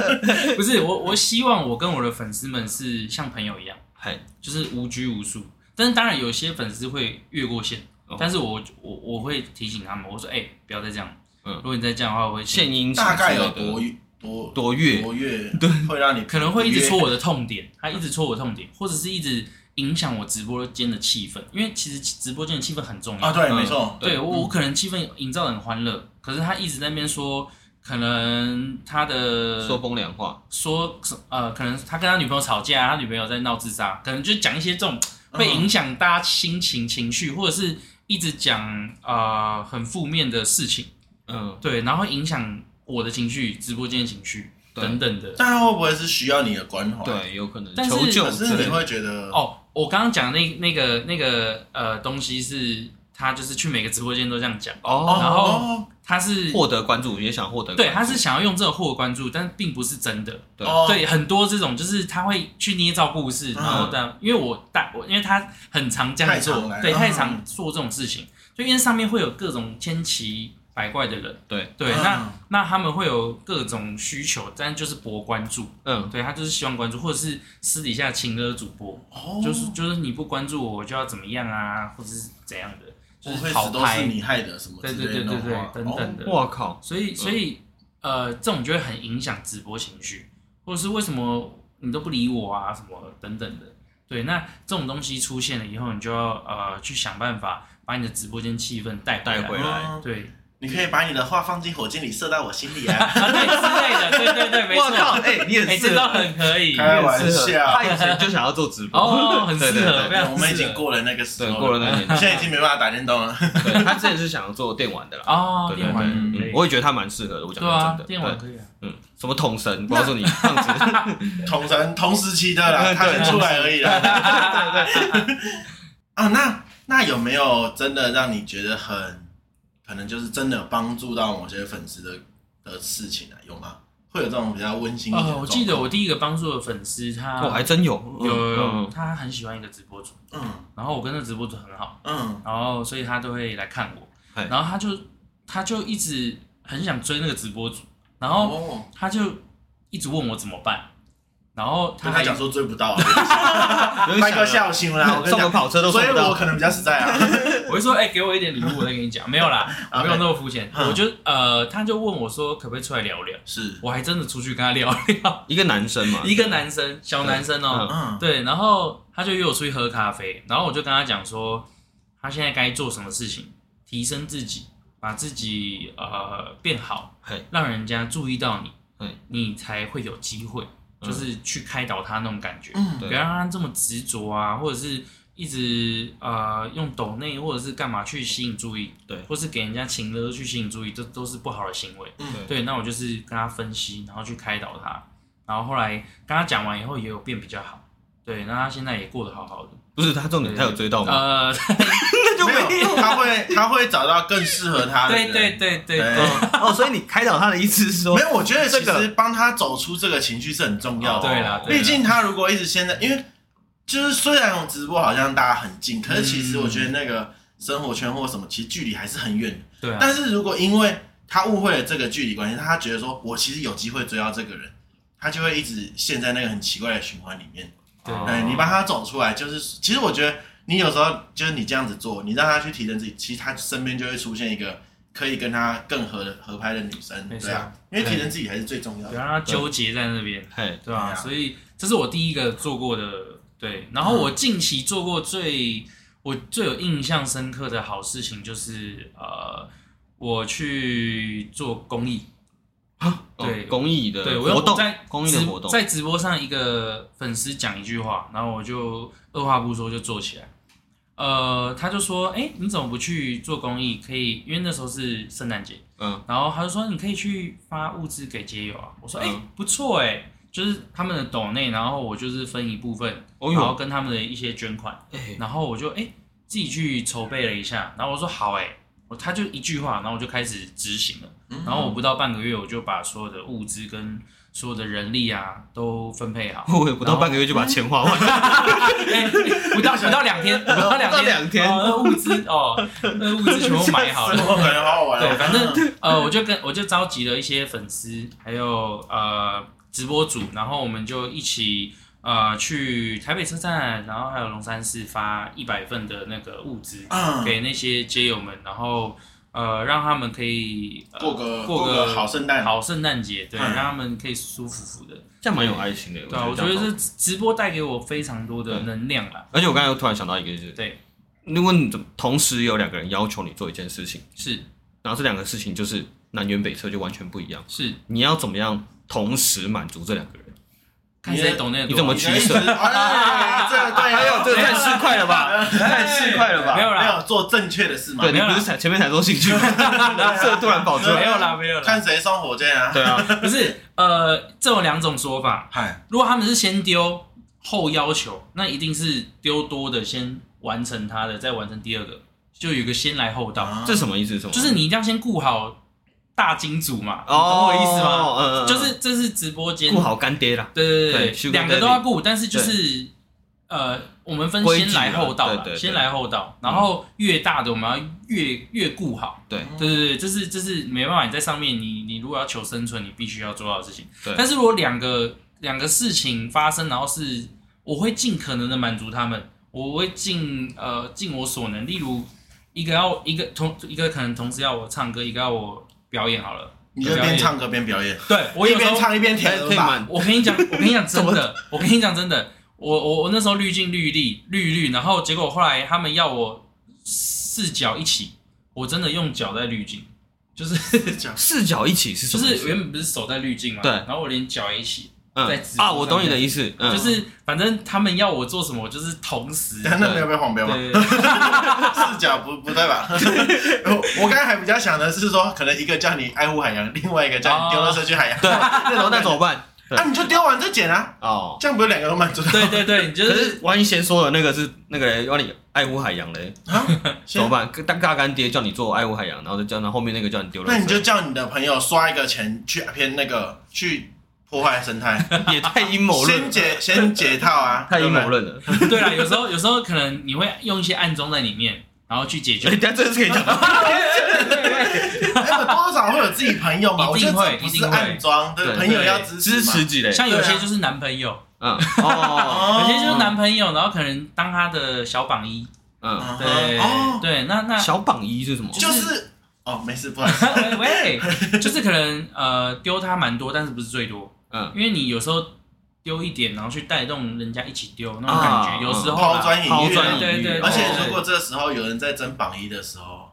[SPEAKER 3] 不是我，我希望我跟我的粉丝们是像朋友一样。
[SPEAKER 5] 嘿，
[SPEAKER 3] 就是无拘无束。但是当然有些粉丝会越过线，
[SPEAKER 5] 哦
[SPEAKER 3] 但是我我我会提醒他们，我说哎、不要再这样。
[SPEAKER 5] 嗯
[SPEAKER 3] 如果你再这样的话，我会
[SPEAKER 5] 献殷勤
[SPEAKER 2] 大概
[SPEAKER 5] 之类
[SPEAKER 2] 有
[SPEAKER 5] 的
[SPEAKER 2] 多多
[SPEAKER 5] 多月
[SPEAKER 2] 多月，会让你
[SPEAKER 3] 可能会一直戳
[SPEAKER 2] 错。
[SPEAKER 3] 我的痛点，他一直戳我的痛点，或者是一直影响我直播间的气氛，因为其实直播间的气氛很重要。
[SPEAKER 2] 啊，对，
[SPEAKER 5] 嗯
[SPEAKER 2] 没错，
[SPEAKER 3] 对我我可能气氛营造得很欢乐，可是他一直在那边说，可能他的
[SPEAKER 5] 说风凉话，
[SPEAKER 3] 说呃，可能他跟他女朋友吵架，他女朋友在闹自杀，可能就讲一些这种呃会影响大家心情、情绪，或者是一直讲呃很负面的事情，
[SPEAKER 5] 嗯，
[SPEAKER 3] 对，然后会影响我的情绪、直播间的情绪
[SPEAKER 5] 对
[SPEAKER 3] 等等的。
[SPEAKER 2] 但会不会是需要你的关怀？，
[SPEAKER 5] 对，有可能
[SPEAKER 3] 但是
[SPEAKER 5] 求救
[SPEAKER 2] 可
[SPEAKER 5] 之
[SPEAKER 2] 是
[SPEAKER 5] 类
[SPEAKER 2] 你
[SPEAKER 5] 的。
[SPEAKER 2] 会觉得
[SPEAKER 3] 哦，我刚刚讲那那个那个呃东西是，他就是去每个直播间都这样讲，
[SPEAKER 5] 哦，
[SPEAKER 3] 然后
[SPEAKER 4] 哦
[SPEAKER 3] 他是
[SPEAKER 5] 获得关注也想获得关注，
[SPEAKER 3] 对，他是想要用这个获得关注，但并不是真的。
[SPEAKER 5] 对
[SPEAKER 4] 哦
[SPEAKER 3] 对，很多这种就是他会去捏造故事，
[SPEAKER 4] 嗯
[SPEAKER 3] 然后但、因为我大我因为他很常这样
[SPEAKER 4] 太
[SPEAKER 3] 做
[SPEAKER 4] 常，来
[SPEAKER 3] 对，
[SPEAKER 4] 了
[SPEAKER 3] 太
[SPEAKER 4] 嗯
[SPEAKER 3] 常做这种事情，就因为上面会有各种千奇百怪的人，
[SPEAKER 5] 对
[SPEAKER 3] 对，
[SPEAKER 4] 嗯
[SPEAKER 3] 那那他们会有各种需求，但就是博关注，
[SPEAKER 5] 嗯，
[SPEAKER 3] 对他就是希望关注，或者是私底下情勒主播，
[SPEAKER 4] 哦
[SPEAKER 3] 就是就是你不关注我，我就要怎么样啊，或者是怎样的，就
[SPEAKER 4] 哦不会死
[SPEAKER 3] 是讨
[SPEAKER 4] 都是
[SPEAKER 3] 拍，
[SPEAKER 4] 你害的什么
[SPEAKER 3] 对
[SPEAKER 4] 之
[SPEAKER 3] 对
[SPEAKER 4] 类
[SPEAKER 3] 对
[SPEAKER 4] 的
[SPEAKER 3] 对对
[SPEAKER 4] 话，
[SPEAKER 3] 等等
[SPEAKER 4] 哦
[SPEAKER 3] 的，
[SPEAKER 5] 我靠，
[SPEAKER 3] 所以，所以，呃，这种就会很影响直播情绪，或者是为什么你都不理我啊，什么等等的。对，那这种东西出现了以后，你就要呃去想办法把你的直播间气氛带
[SPEAKER 5] 带回
[SPEAKER 3] 回来。
[SPEAKER 5] 来，
[SPEAKER 4] 嗯
[SPEAKER 3] 对
[SPEAKER 4] 你可以把你的话放进火箭里，射到我心里 啊！
[SPEAKER 3] 啊，对之类的，对对对，没
[SPEAKER 5] 我靠，
[SPEAKER 3] 错，
[SPEAKER 5] 哎，你
[SPEAKER 3] 哎，
[SPEAKER 5] 很
[SPEAKER 3] 这
[SPEAKER 5] 适
[SPEAKER 3] 倒
[SPEAKER 5] 合，
[SPEAKER 3] 很可以，
[SPEAKER 4] 开玩
[SPEAKER 5] 很适合
[SPEAKER 4] 笑
[SPEAKER 5] 他以前就想要做直播，
[SPEAKER 3] 哦，很适
[SPEAKER 5] 对对
[SPEAKER 3] 合，
[SPEAKER 5] 对
[SPEAKER 3] 非常适合
[SPEAKER 4] 我们已经过了那个时
[SPEAKER 5] 对，
[SPEAKER 4] 候，
[SPEAKER 5] 过了那个年
[SPEAKER 4] 现
[SPEAKER 5] 纪，
[SPEAKER 4] 在已经没办法打电动了。
[SPEAKER 5] 对他之前是想要做电玩的啦，
[SPEAKER 3] 哦，
[SPEAKER 5] 对对
[SPEAKER 3] 电
[SPEAKER 5] 对，
[SPEAKER 3] 玩
[SPEAKER 5] 嗯
[SPEAKER 3] 可以，
[SPEAKER 5] 我也觉得他蛮适合的，我讲
[SPEAKER 3] 对啊
[SPEAKER 5] 真的，，
[SPEAKER 3] 电玩可以啊，
[SPEAKER 5] 嗯，什么桶神，告诉你，这样子
[SPEAKER 4] 同神同时期的啦，他
[SPEAKER 5] 对
[SPEAKER 4] 很出来而已啦。 啊，那那有没有真的让你觉得很可能就是真的有帮助到某些粉丝的的事情啊？有吗？会有这种比较温馨一点的状
[SPEAKER 3] 哦，
[SPEAKER 4] 况？
[SPEAKER 3] 我记得我第一个帮助的粉丝，他
[SPEAKER 5] 我还真有，嗯
[SPEAKER 3] 有有有，
[SPEAKER 5] 嗯
[SPEAKER 3] 他很喜欢一个直播主，
[SPEAKER 4] 嗯
[SPEAKER 3] 然后我跟那个直播主很好。
[SPEAKER 4] 嗯
[SPEAKER 3] 然后所以他都会来看我
[SPEAKER 5] 嗨，
[SPEAKER 3] 然后他就他就一直很想追那个直播主，然后
[SPEAKER 4] 哦，
[SPEAKER 3] 他就一直问我怎么办，然后他
[SPEAKER 4] 跟
[SPEAKER 3] 还
[SPEAKER 4] 他讲说追不到啊，
[SPEAKER 5] 有
[SPEAKER 4] 麦克
[SPEAKER 5] 点想
[SPEAKER 4] 笑醒啦，我跟你
[SPEAKER 5] 送个
[SPEAKER 4] 讲，
[SPEAKER 5] 跑车都
[SPEAKER 4] 所
[SPEAKER 5] 送
[SPEAKER 4] 以
[SPEAKER 5] 不
[SPEAKER 4] 我
[SPEAKER 5] 到，
[SPEAKER 4] 可能比较实在啊。
[SPEAKER 3] 我就说，哎、给我一点礼物，我再跟你讲，没有 啦，我没有
[SPEAKER 4] OK
[SPEAKER 3] 那么肤浅，
[SPEAKER 4] 嗯
[SPEAKER 3] 我就呃，他就问我说可不可以出来聊聊，
[SPEAKER 4] 是，
[SPEAKER 3] 我还真的出去跟他聊 聊，
[SPEAKER 5] 一个男生嘛，
[SPEAKER 3] 一个男生，小男生哦、
[SPEAKER 4] 嗯
[SPEAKER 3] 对，然后他就约我出去喝咖啡，然后我就跟他讲说，他现在该做什么事情，提升自己，把自己呃变好
[SPEAKER 5] 嘿，
[SPEAKER 3] 让人家注意到你
[SPEAKER 5] 嘿，
[SPEAKER 3] 你才会有机会，
[SPEAKER 5] 嗯
[SPEAKER 3] 就是去开导他那种感觉，
[SPEAKER 4] 嗯
[SPEAKER 5] 对
[SPEAKER 3] 不要让他这么执着啊，或者是一直呃用抖内或者是干嘛去吸引注意，
[SPEAKER 5] 对
[SPEAKER 3] 或是给人家情勒去吸引注意，这都是不好的行为。
[SPEAKER 5] 嗯
[SPEAKER 3] 对，那我就是跟他分析，然后去开导他，然后后来跟他讲完以后也有变比较好。对，那他现在也过得好好的。
[SPEAKER 5] 不是他重点，他有追到吗？
[SPEAKER 3] 呃，
[SPEAKER 4] 没有，他会他会找到更适合他的
[SPEAKER 3] 对
[SPEAKER 4] 人。
[SPEAKER 3] 对对
[SPEAKER 4] 对
[SPEAKER 3] 对对
[SPEAKER 5] 哦，所以你开导他的意思是说
[SPEAKER 4] 没，有，我觉得其
[SPEAKER 5] 这个
[SPEAKER 4] 实帮他走出这个情绪是很重要的。
[SPEAKER 3] 哦对啦，对啦
[SPEAKER 4] 毕竟他如果一直现在，因为就是虽然我直播好像大家很近，可是其实我觉得那个生活圈或什么，其实距离还是很远的。
[SPEAKER 3] 对啊，
[SPEAKER 4] 但是如果因为他误会了这个距离关系，他觉得说我其实有机会追到这个人，他就会一直陷在那个很奇怪的循环里面。
[SPEAKER 3] 对
[SPEAKER 4] 哎、你帮他走出来，就是其实我觉得你有时候就是你这样子做，你让他去提升自己，其实他身边就会出现一个可以跟他更合的合拍的女生，
[SPEAKER 3] 没错
[SPEAKER 4] 对啊，因为提升自己还是最重要
[SPEAKER 3] 不
[SPEAKER 4] 的。
[SPEAKER 3] 要让他纠结在那边，
[SPEAKER 5] 嘿，
[SPEAKER 3] 对吧、
[SPEAKER 4] 对啊
[SPEAKER 3] 所以这是我第一个做过的，对。然后我近期做过最我最有印象深刻的好事情就是呃，我去做公益，
[SPEAKER 5] 哦
[SPEAKER 3] 对
[SPEAKER 5] 公益的
[SPEAKER 3] 对我有
[SPEAKER 5] 活动
[SPEAKER 3] 我在，
[SPEAKER 5] 公益的
[SPEAKER 3] 直
[SPEAKER 5] 活动，
[SPEAKER 3] 在直播上一个粉丝讲一句话，然后我就二话不说就做起来。呃，他就说：“哎、你怎么不去做公益？可以，因为那时候是圣诞节，
[SPEAKER 5] 嗯，
[SPEAKER 3] 然后他就说你可以去发物资给街友啊。”我说：“哎、
[SPEAKER 5] 嗯
[SPEAKER 3] 不错哎、就是他们的斗内，然后我就是分一部分，
[SPEAKER 5] 哦
[SPEAKER 3] 然后
[SPEAKER 5] 哟，
[SPEAKER 3] 跟他们的一些捐款，
[SPEAKER 5] 哎。
[SPEAKER 3] 然后我就哎、自己去筹备了一下，然后我说好哎、我他就一句话，然后我就开始执行了。然
[SPEAKER 4] 嗯
[SPEAKER 3] 后我不到半个月，我就把所有的物资跟所有的人力啊都分配好
[SPEAKER 5] 我也不到半个月就把钱花完，
[SPEAKER 3] 哎不到不到两天，不到两
[SPEAKER 5] 不到
[SPEAKER 3] 天，
[SPEAKER 5] 两天
[SPEAKER 3] 哦那物资哦，那物资全部买好了。
[SPEAKER 4] 我感觉好好玩哦。
[SPEAKER 3] 对，反正呃，我就跟我就召集了一些粉丝，还有呃直播主，然后我们就一起呃去台北车站，然后还有龙山寺发一百份的那个物资
[SPEAKER 4] 嗯，
[SPEAKER 3] 给那些街友们，然后呃让他们可以、呃
[SPEAKER 4] 过个
[SPEAKER 3] 过
[SPEAKER 4] 过
[SPEAKER 3] 个
[SPEAKER 4] 个好圣诞，
[SPEAKER 3] 好圣诞节，对，
[SPEAKER 4] 嗯
[SPEAKER 3] 让他们可以舒舒服服的。
[SPEAKER 5] 这样蛮有爱心的。
[SPEAKER 3] 对啊，我觉
[SPEAKER 5] 这
[SPEAKER 3] 得
[SPEAKER 5] 样
[SPEAKER 3] 这
[SPEAKER 5] 好
[SPEAKER 3] 直播带给我非常多的能量啦。
[SPEAKER 5] 而且我刚才又突然想到一个，就是
[SPEAKER 3] 对，
[SPEAKER 5] 如果你同时有两个人要求你做一件事情，
[SPEAKER 3] 是
[SPEAKER 5] 然后这两个事情就是南辕北辙，就完全不一样。
[SPEAKER 3] 是，
[SPEAKER 5] 你要怎么样同时满足这两个人？
[SPEAKER 3] 看谁懂那个
[SPEAKER 5] 你怎么
[SPEAKER 4] 你
[SPEAKER 5] 取
[SPEAKER 4] 就一直
[SPEAKER 5] 舍？
[SPEAKER 4] 哎，这对，还有
[SPEAKER 5] 这个太市侩了吧？太市侩了
[SPEAKER 3] 没
[SPEAKER 5] 吧？
[SPEAKER 3] 有
[SPEAKER 4] 没
[SPEAKER 3] 啦，
[SPEAKER 4] 有做正确的事嘛
[SPEAKER 5] 哎对，？
[SPEAKER 3] 没
[SPEAKER 5] 你
[SPEAKER 3] 有啦
[SPEAKER 5] 不是才前面才说兴趣， 人设突然跑出
[SPEAKER 3] 没
[SPEAKER 5] 来。
[SPEAKER 3] 有啦，没有啦。
[SPEAKER 4] 看谁送火箭啊？
[SPEAKER 5] 对啊，
[SPEAKER 3] 不是，呃，这有两种说法。
[SPEAKER 4] 嗨，
[SPEAKER 3] 如果他们是先丢，后要求，那一定是丢多的先完成它的，再完成第二个，就有一个先来后到，
[SPEAKER 2] 啊
[SPEAKER 5] 这什么意思？什么？
[SPEAKER 3] 就是你一定要先顾好大金主嘛，你懂
[SPEAKER 5] 哦，
[SPEAKER 3] 我意思吗？
[SPEAKER 5] 嗯？嗯，
[SPEAKER 3] 就是这是直播间
[SPEAKER 5] 顾好干爹啦。
[SPEAKER 3] 对对
[SPEAKER 5] 对
[SPEAKER 3] 对，两个都要顾，但是就
[SPEAKER 5] 对
[SPEAKER 3] 是呃，我们分
[SPEAKER 5] 规矩
[SPEAKER 3] 先来
[SPEAKER 5] 啦
[SPEAKER 3] 后到啦
[SPEAKER 5] 对对对嗯
[SPEAKER 3] 先来后到，然后越大的我们要越越顾好。
[SPEAKER 5] 对
[SPEAKER 3] 对对对，这是这是没办法，你在上面你你如果要求生存，你必须要做到的事情
[SPEAKER 5] 对。
[SPEAKER 3] 但是如果两个两个事情发生，然后是我会尽可能的满足他们，我会尽呃尽我所能，例如一个要一个同一个可能同时要我唱歌，一个要我表演好了。
[SPEAKER 4] 你就
[SPEAKER 3] 表演
[SPEAKER 4] 边唱歌边表演，
[SPEAKER 3] 对我
[SPEAKER 4] 一
[SPEAKER 3] 有时候
[SPEAKER 4] 边唱一边舔
[SPEAKER 5] 可
[SPEAKER 4] 耳
[SPEAKER 5] 以
[SPEAKER 4] 板，
[SPEAKER 5] 满
[SPEAKER 3] 我跟你 讲，我跟你讲真的，我跟你讲真的，我我我那时候滤镜滤历滤滤，然后结果后来他们要我四脚一起，我真的用脚在滤镜，就是
[SPEAKER 5] 视角一起是什
[SPEAKER 3] 就
[SPEAKER 5] 么意思？
[SPEAKER 3] 是原本不是手在滤镜嘛，
[SPEAKER 5] 对
[SPEAKER 3] 然后我连脚也一起，在直
[SPEAKER 5] 嗯
[SPEAKER 3] 播
[SPEAKER 5] 啊，我懂你的意思，嗯，
[SPEAKER 3] 就是反正他们要我做什么，我就是同时
[SPEAKER 4] 等一下那没有被黄标吗？
[SPEAKER 3] 对对对
[SPEAKER 4] 视角不不对吧？我我刚才还比较想的是说，可能一个叫你爱护海洋，另外一个叫你丢垃圾去海洋。
[SPEAKER 5] 对， 那怎么那怎么办？对
[SPEAKER 4] 啊，你就丢完再捡啊，
[SPEAKER 5] 哦，
[SPEAKER 4] 这样不是两个都满足到？
[SPEAKER 3] 对对对，你就
[SPEAKER 5] 可
[SPEAKER 3] 是
[SPEAKER 5] 是万一先说了那个是那个人，万一爱护海洋嘞，
[SPEAKER 4] 啊，
[SPEAKER 5] 怎么办？跟大大干爹叫你做爱护海洋，然后再叫那后面那个叫你丢垃圾，
[SPEAKER 4] 那你就叫你的朋友刷一个钱去啊骗那个去破坏生态，
[SPEAKER 5] 也太阴谋论
[SPEAKER 4] 先
[SPEAKER 5] 了，
[SPEAKER 4] 解先解套啊，
[SPEAKER 5] 太阴谋
[SPEAKER 4] 对不
[SPEAKER 5] 论了。
[SPEAKER 3] 对啦，有时候有时候可能你会用一些暗中在里面，然后去解决
[SPEAKER 5] 哎，。等一下这是可以讲的，
[SPEAKER 4] 对。哎我多少会有自己朋友嘛，我
[SPEAKER 3] 一
[SPEAKER 4] 觉
[SPEAKER 3] 定
[SPEAKER 4] 得
[SPEAKER 3] 会
[SPEAKER 4] 这不
[SPEAKER 3] 一
[SPEAKER 4] 是
[SPEAKER 3] 定会
[SPEAKER 4] 暗装，对
[SPEAKER 5] 对
[SPEAKER 4] 朋友要 支
[SPEAKER 5] 支
[SPEAKER 4] 嘛
[SPEAKER 5] 持。几嘞？
[SPEAKER 3] 像有
[SPEAKER 4] 对
[SPEAKER 3] 些
[SPEAKER 4] 啊
[SPEAKER 3] 就是男朋友，
[SPEAKER 5] 嗯哦
[SPEAKER 4] 哦
[SPEAKER 3] 有些就是男朋友，然后可能当他的小榜一，
[SPEAKER 5] 嗯，
[SPEAKER 3] 对、
[SPEAKER 4] 哦，
[SPEAKER 3] 对，那那
[SPEAKER 5] 小榜一是什么？
[SPEAKER 4] 就是哦，没事，不好意思。
[SPEAKER 3] 喂喂，就是可能呃丢他蛮多，但是不是最多，
[SPEAKER 5] 嗯
[SPEAKER 3] 因为你有时候丢一点，然后去带动人家一起丢那种感觉，
[SPEAKER 5] 啊
[SPEAKER 3] 有时候
[SPEAKER 4] 抛
[SPEAKER 3] 啦
[SPEAKER 4] 砖引
[SPEAKER 5] 抛
[SPEAKER 4] 玉
[SPEAKER 5] 砖
[SPEAKER 4] 啊
[SPEAKER 5] 引，
[SPEAKER 3] 对
[SPEAKER 5] 玉
[SPEAKER 3] 对对，
[SPEAKER 4] 而
[SPEAKER 5] 哦
[SPEAKER 4] 且如果这时候有人在争榜一的时候，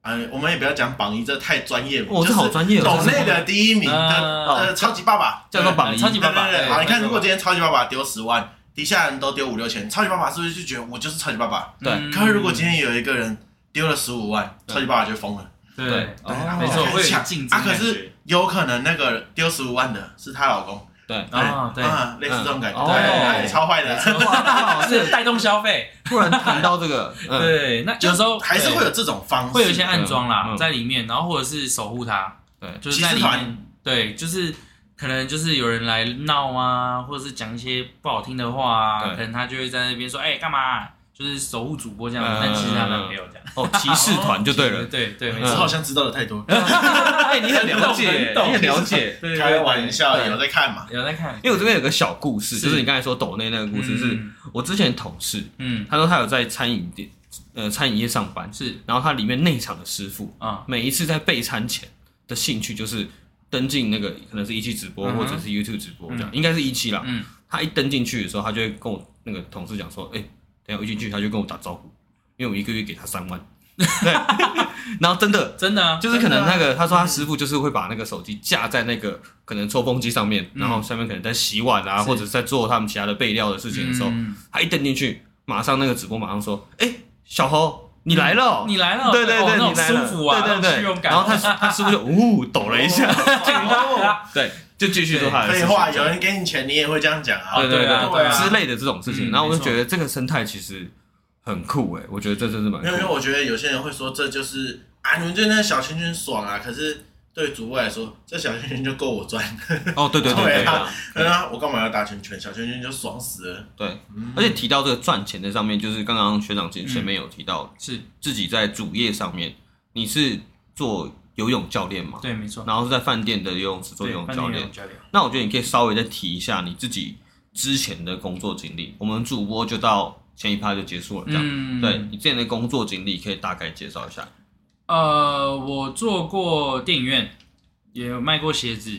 [SPEAKER 4] 哎，我们也不要讲榜一，这太专业了。
[SPEAKER 5] 哦这好专业哦
[SPEAKER 4] 就是抖内的第一名的
[SPEAKER 3] 呃
[SPEAKER 4] 呃超级爸爸，
[SPEAKER 5] 叫做榜一
[SPEAKER 3] 超级
[SPEAKER 4] 对
[SPEAKER 3] 爸
[SPEAKER 4] 对
[SPEAKER 3] 爸，
[SPEAKER 4] 对。
[SPEAKER 3] 对
[SPEAKER 4] 好，你看，如果今天超级爸爸丢十万，底下人都丢五六千，超级爸爸是不是就觉得我就是超级爸爸？
[SPEAKER 5] 对
[SPEAKER 3] 嗯
[SPEAKER 4] 可是如果今天有一个人丢了十五万，
[SPEAKER 5] 对
[SPEAKER 4] 超级爸爸就疯了。
[SPEAKER 3] 对，
[SPEAKER 5] 哦
[SPEAKER 4] 对他
[SPEAKER 3] 没
[SPEAKER 4] 们
[SPEAKER 3] 错，
[SPEAKER 4] 很
[SPEAKER 3] 会有一
[SPEAKER 4] 抢
[SPEAKER 3] 个竞争
[SPEAKER 4] 啊，
[SPEAKER 3] 感觉
[SPEAKER 4] 可是有可能那个丢十五万的是她老公，
[SPEAKER 5] 对，
[SPEAKER 3] 啊对
[SPEAKER 4] 啊，类似这种感觉，
[SPEAKER 5] 嗯
[SPEAKER 4] 对
[SPEAKER 5] 哦
[SPEAKER 4] 超坏的。
[SPEAKER 5] 哇，
[SPEAKER 3] 是有带动消费，
[SPEAKER 5] 突然谈到这个，嗯，
[SPEAKER 3] 对，那有时候
[SPEAKER 4] 还是
[SPEAKER 3] 对
[SPEAKER 4] 会有这种方式，
[SPEAKER 3] 会有一些暗装
[SPEAKER 5] 嗯
[SPEAKER 3] 啦
[SPEAKER 5] 嗯
[SPEAKER 3] 在里面，然后或者是守护他，
[SPEAKER 5] 对
[SPEAKER 3] 就是在里
[SPEAKER 4] 骑士
[SPEAKER 3] 面
[SPEAKER 4] 团，
[SPEAKER 3] 对，就是可能就是有人来闹啊，或者是讲一些不好听的话啊，
[SPEAKER 5] 对
[SPEAKER 3] 可能他就会在那边说，哎，干嘛？就是守护主播这样
[SPEAKER 5] 嗯，
[SPEAKER 3] 但其实他男朋友这样，
[SPEAKER 5] 哦，骑士团就对了。 嗯
[SPEAKER 3] 对对，没
[SPEAKER 4] 我
[SPEAKER 3] 错
[SPEAKER 4] 好，像知道的太多，
[SPEAKER 5] 哎，你很了解，你很了解。
[SPEAKER 3] 对，对
[SPEAKER 4] 开玩，笑
[SPEAKER 5] 对
[SPEAKER 4] 有在看嘛？
[SPEAKER 3] 对有在看，
[SPEAKER 5] 因为我这边有个小故事，
[SPEAKER 3] 是
[SPEAKER 5] 就是你刚才说抖内那个故事，是
[SPEAKER 3] 嗯
[SPEAKER 5] 我之前同事，
[SPEAKER 3] 嗯
[SPEAKER 5] 他说他有在餐饮店，呃，餐饮业上班，
[SPEAKER 3] 是
[SPEAKER 5] 然后他里面内场的师傅，
[SPEAKER 3] 啊
[SPEAKER 5] 每一次在备餐前的兴趣就是登进那个可能是一期直播
[SPEAKER 3] 嗯哼
[SPEAKER 5] 或者是 YouTube 直播这样，应该是一期啦。
[SPEAKER 3] 嗯
[SPEAKER 5] 他一登进去的时候，他就会跟我那个同事讲说：“哎、等一下我一进去他就跟我打招呼，因为我一个月给他三 万。”对，然后真的
[SPEAKER 3] 真的啊嗯
[SPEAKER 5] 就是可能那个他说他师傅就是会把那个手机架在那个可能抽风机上面，
[SPEAKER 3] 嗯
[SPEAKER 5] 然后下面可能在洗碗啊，
[SPEAKER 3] 是
[SPEAKER 5] 或者在做他们其他的备料的事情的时候，
[SPEAKER 3] 嗯
[SPEAKER 5] 他一登进去，马上那个直播马上说：“哎、小侯你来了哦、
[SPEAKER 3] 你来了，
[SPEAKER 5] 对对
[SPEAKER 3] 哦
[SPEAKER 5] 对，
[SPEAKER 3] 那种
[SPEAKER 5] 你来了
[SPEAKER 3] 舒服啊，
[SPEAKER 5] 对对
[SPEAKER 3] 那种
[SPEAKER 5] 对
[SPEAKER 3] 虚荣，感，
[SPEAKER 5] 然后他他 师傅就呜抖了一下，
[SPEAKER 4] 哦
[SPEAKER 3] 啊
[SPEAKER 5] 对，就继续做他的
[SPEAKER 4] 废
[SPEAKER 5] 事
[SPEAKER 4] 话，
[SPEAKER 5] 情，
[SPEAKER 4] 有人给你钱，你也会这样讲啊
[SPEAKER 5] 对？对
[SPEAKER 3] 对啊对啊
[SPEAKER 5] 之类的这种事情，
[SPEAKER 3] 嗯
[SPEAKER 5] 然后我就
[SPEAKER 3] 没错
[SPEAKER 5] 觉得这个生态其实很酷哎，我觉得这真是蛮
[SPEAKER 4] 没有，因为
[SPEAKER 5] 酷，
[SPEAKER 4] 我觉得有些人会说，这就是啊，你们就那小圈圈爽啊。可是对主播来说，这小圈圈就够我 赚，
[SPEAKER 5] 哦对对对
[SPEAKER 4] 对
[SPEAKER 5] 对
[SPEAKER 4] 啊
[SPEAKER 5] 啊
[SPEAKER 4] 对啊，我干嘛要大圈圈？小圈圈就爽死了。
[SPEAKER 5] 对，而且提到这个赚钱的上面，就是刚刚学长前前面有提到
[SPEAKER 3] 是
[SPEAKER 5] 自己在主业上面，你是做游泳教练嘛，
[SPEAKER 3] 对，没错，
[SPEAKER 5] 然后是在饭店的游泳池做游泳
[SPEAKER 3] 对
[SPEAKER 5] 教
[SPEAKER 3] 饭店游
[SPEAKER 5] 练
[SPEAKER 3] 泳，教练，
[SPEAKER 5] 那我觉得你可以稍微再提一下你自己之前的工作经历。我们主播就到前一趴就结束了，这样。
[SPEAKER 3] 嗯
[SPEAKER 5] 对你之前的工作经历，可以大概介绍一下。
[SPEAKER 3] 呃，我做过电影院，也有卖过鞋子，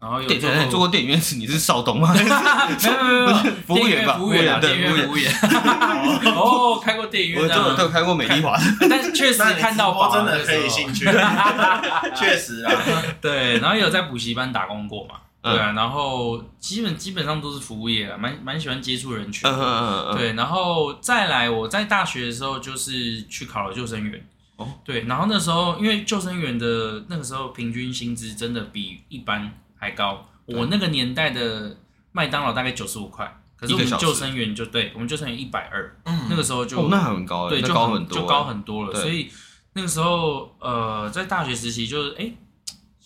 [SPEAKER 3] 然后有
[SPEAKER 5] 电
[SPEAKER 3] 过
[SPEAKER 5] 影做过电影院是你是少东吗？
[SPEAKER 3] 没有没有没有
[SPEAKER 5] 服务员吧
[SPEAKER 3] 电影服务员
[SPEAKER 5] 服
[SPEAKER 3] 啊
[SPEAKER 5] 务
[SPEAKER 3] 电
[SPEAKER 5] 员
[SPEAKER 3] 影院
[SPEAKER 5] 对
[SPEAKER 3] 服务员。哦，开过电影
[SPEAKER 5] 我
[SPEAKER 3] 院
[SPEAKER 5] 都有都
[SPEAKER 3] 的，
[SPEAKER 5] 有开过美丽 华，
[SPEAKER 3] 但是确实
[SPEAKER 4] 那你
[SPEAKER 3] 看到
[SPEAKER 4] 直播
[SPEAKER 3] 宝
[SPEAKER 4] 真
[SPEAKER 3] 啊
[SPEAKER 4] 的可以。
[SPEAKER 3] 那时
[SPEAKER 4] 兴
[SPEAKER 3] 候
[SPEAKER 4] 趣， 确实 啊，
[SPEAKER 3] 对，然后也有在补习班打工过嘛，
[SPEAKER 5] 嗯
[SPEAKER 3] 对啊，然后基本基本上都是服务业啊，蛮蛮喜欢接触人群
[SPEAKER 5] 嗯。嗯嗯嗯，
[SPEAKER 3] 对，然后再来，我在大学的时候就是去考了救生员。
[SPEAKER 5] 哦，
[SPEAKER 3] 对，然后那时候因为救生员的那个时候平均薪资真的比一般还高，我那个年代的麦当劳大概九十五块，可是我
[SPEAKER 5] 一个
[SPEAKER 3] 们
[SPEAKER 5] 小时
[SPEAKER 3] 救生员就对，我们救生员一百二，
[SPEAKER 4] 嗯
[SPEAKER 3] 那个时候就、
[SPEAKER 5] 哦，那很高欸，
[SPEAKER 3] 对，
[SPEAKER 5] 那
[SPEAKER 3] 就
[SPEAKER 5] 高很多欸，
[SPEAKER 3] 就高很多了。
[SPEAKER 5] 对
[SPEAKER 3] 所以那个时候，呃，在大学时期就是，哎、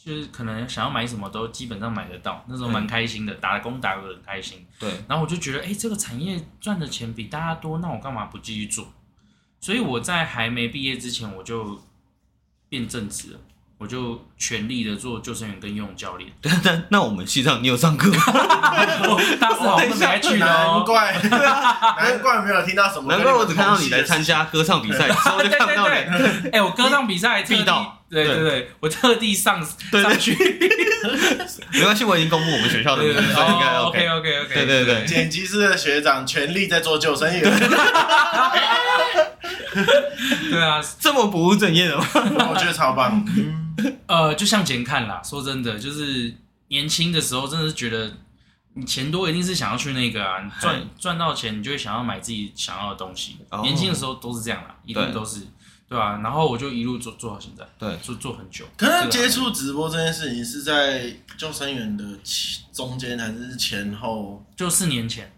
[SPEAKER 3] 就是可能想要买什么都基本上买得到，那时候蛮开心的，打工打得很开心。
[SPEAKER 5] 对，
[SPEAKER 3] 然后我就觉得，哎、这个产业赚的钱比大家多，那我干嘛不继续做？所以我在还没毕业之前，我就变正职了，我就全力的做救生员跟游泳教练。
[SPEAKER 5] 但但那我们系上你有上课吗？
[SPEAKER 3] 大四好像没来去的
[SPEAKER 4] 难
[SPEAKER 3] 哦。
[SPEAKER 4] 怪，难怪没有听到什么。
[SPEAKER 5] 难怪我只看到你来参， 加歌唱比赛， 之后就看不到
[SPEAKER 3] 哦对
[SPEAKER 5] 你。
[SPEAKER 3] 哎、我歌唱比赛特
[SPEAKER 5] 必
[SPEAKER 3] 地
[SPEAKER 5] 到，
[SPEAKER 3] 对对
[SPEAKER 5] 对
[SPEAKER 3] 对，我特地上
[SPEAKER 5] 对
[SPEAKER 3] 上 去，哦
[SPEAKER 5] 没关系，我已经公布我们学校的 名字，所以应该
[SPEAKER 3] OK OK OK，
[SPEAKER 5] 对对对
[SPEAKER 4] 剪辑室的学长全力在做救生员，
[SPEAKER 3] 对啊，
[SPEAKER 5] 这么不务正业的吗？
[SPEAKER 4] 我觉得超 棒。
[SPEAKER 5] 嗯
[SPEAKER 3] 呃，就向前看啦。说真的，就是年轻的时候，真的是觉得你钱多，一定是想要去那个啊，你
[SPEAKER 5] 嗨
[SPEAKER 3] 赚赚到钱，你就会想要买自己想要的东西。
[SPEAKER 5] 哦
[SPEAKER 3] 年轻的时候都是这样啦，一
[SPEAKER 5] 对
[SPEAKER 3] 定都是对啊。然后我就一路做做到现在，
[SPEAKER 5] 对
[SPEAKER 3] 做做很久。
[SPEAKER 4] 可
[SPEAKER 3] 这
[SPEAKER 5] 啊
[SPEAKER 4] 是
[SPEAKER 3] 个
[SPEAKER 4] 接触直播这件事情是在救生员的前中间还是前后？
[SPEAKER 3] 就四年前，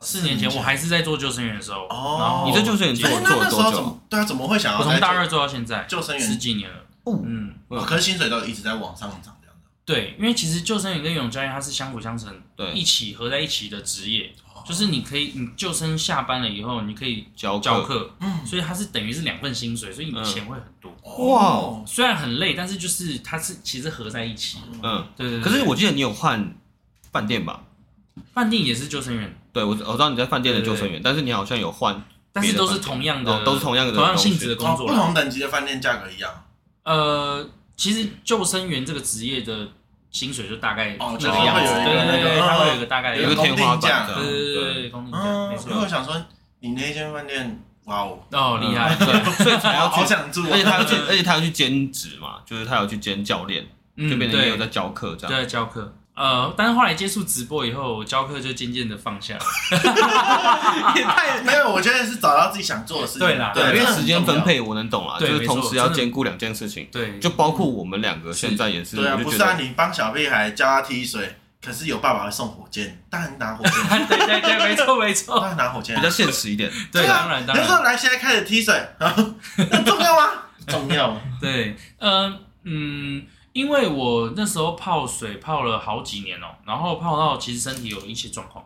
[SPEAKER 3] 四年前
[SPEAKER 4] 四年前
[SPEAKER 3] 我还是在做救生员的时候，
[SPEAKER 4] 哦
[SPEAKER 3] 然后
[SPEAKER 5] 你这就是你做
[SPEAKER 4] 哎，那
[SPEAKER 5] 做了
[SPEAKER 4] 那时
[SPEAKER 5] 多
[SPEAKER 4] 候怎
[SPEAKER 5] 久？
[SPEAKER 4] 么对啊？怎么会想要
[SPEAKER 3] 我从
[SPEAKER 4] 在
[SPEAKER 3] 大二做到现在，
[SPEAKER 4] 救生
[SPEAKER 3] 十
[SPEAKER 4] 员？
[SPEAKER 3] 几年了。
[SPEAKER 5] 哦
[SPEAKER 3] 嗯，
[SPEAKER 4] 哦可是薪水都一直在往上涨这样子。
[SPEAKER 3] 对，因为其实救生员跟游泳教练它是相辅相成，
[SPEAKER 5] 对
[SPEAKER 3] 一起合在一起的职业，就是你可以，你救生下班了以后，你可以
[SPEAKER 5] 教
[SPEAKER 3] 教
[SPEAKER 5] 课
[SPEAKER 3] 课，
[SPEAKER 4] 嗯，
[SPEAKER 3] 所以它是等于是两份薪水，所以你钱会很多。
[SPEAKER 4] 哦
[SPEAKER 5] 哇，
[SPEAKER 3] 虽然很累，但是就是它是其实合在一起。
[SPEAKER 5] 嗯，
[SPEAKER 3] 对对对。
[SPEAKER 5] 可是我记得你有换饭店吧？
[SPEAKER 3] 饭店也是救生员，
[SPEAKER 5] 对，我我知道你在饭店的救生员，但是你好像有换
[SPEAKER 3] 但是都是
[SPEAKER 5] 别的饭店
[SPEAKER 3] 同样的，
[SPEAKER 5] 哦都是同样的
[SPEAKER 3] 同样
[SPEAKER 5] 东西
[SPEAKER 3] 性质的工
[SPEAKER 4] 哦
[SPEAKER 3] 作
[SPEAKER 4] 不
[SPEAKER 3] 啦。
[SPEAKER 4] 同等级的饭店价格一样。
[SPEAKER 3] 呃，其实救生员这个职业的薪水就大概
[SPEAKER 4] 哦
[SPEAKER 3] 那个样子，
[SPEAKER 5] 就是
[SPEAKER 4] 会有一
[SPEAKER 3] 对
[SPEAKER 4] 个
[SPEAKER 3] 对对
[SPEAKER 4] 那
[SPEAKER 3] 对，
[SPEAKER 4] 个
[SPEAKER 3] 它会有
[SPEAKER 4] 嗯
[SPEAKER 3] 一个大概的
[SPEAKER 5] 有一
[SPEAKER 3] 样
[SPEAKER 5] 个
[SPEAKER 3] 子。
[SPEAKER 5] 天花板这
[SPEAKER 3] 对
[SPEAKER 5] 样，
[SPEAKER 3] 对对对，公定价
[SPEAKER 4] 嗯
[SPEAKER 3] 没，
[SPEAKER 4] 因为我
[SPEAKER 3] 错。
[SPEAKER 4] 想说，你那间饭店，哇哦，
[SPEAKER 3] 哦，厉害，
[SPEAKER 5] 嗯对，所以才 要
[SPEAKER 4] 好
[SPEAKER 5] 去，
[SPEAKER 4] 想住啊，
[SPEAKER 5] 哎而且他 要去，而且他要去兼职嘛，就是他要去兼教练，
[SPEAKER 3] 嗯
[SPEAKER 5] 就变成
[SPEAKER 3] 对
[SPEAKER 5] 也有在教课这
[SPEAKER 3] 就
[SPEAKER 5] 样。
[SPEAKER 3] 在教课。呃，但是后来接触直播以后，我教课就渐渐的放下了。
[SPEAKER 4] 没有，我觉得是找到自己想做的事情。
[SPEAKER 3] 对啦
[SPEAKER 4] 对，
[SPEAKER 5] 因为
[SPEAKER 4] 这很
[SPEAKER 5] 时间
[SPEAKER 4] 重要
[SPEAKER 5] 分。配我能懂啦，就
[SPEAKER 3] 对
[SPEAKER 5] 是同
[SPEAKER 3] 没错
[SPEAKER 5] 时要
[SPEAKER 3] 真的
[SPEAKER 5] 兼顾两件事情，
[SPEAKER 3] 对，
[SPEAKER 5] 就包括我们两个现在也是，
[SPEAKER 4] 对啊，
[SPEAKER 5] 我
[SPEAKER 4] 不
[SPEAKER 5] 就是觉
[SPEAKER 4] 啊，
[SPEAKER 5] 得
[SPEAKER 4] 你帮小屁孩教他踢水，可是有爸爸会送火箭，当然拿火箭，
[SPEAKER 3] 对对对，没错
[SPEAKER 4] 当
[SPEAKER 3] 没错。
[SPEAKER 4] 然拿火箭啊
[SPEAKER 5] 比较。现实一点。
[SPEAKER 3] 对，
[SPEAKER 4] 对啊
[SPEAKER 3] 当然当
[SPEAKER 4] 你就说
[SPEAKER 3] 然，
[SPEAKER 4] 来，现在开始踢水，啊那重要 吗？重要。
[SPEAKER 3] 对，嗯嗯，因为我那时候泡水泡了好几年哦，然后泡到其实身体有一些状况，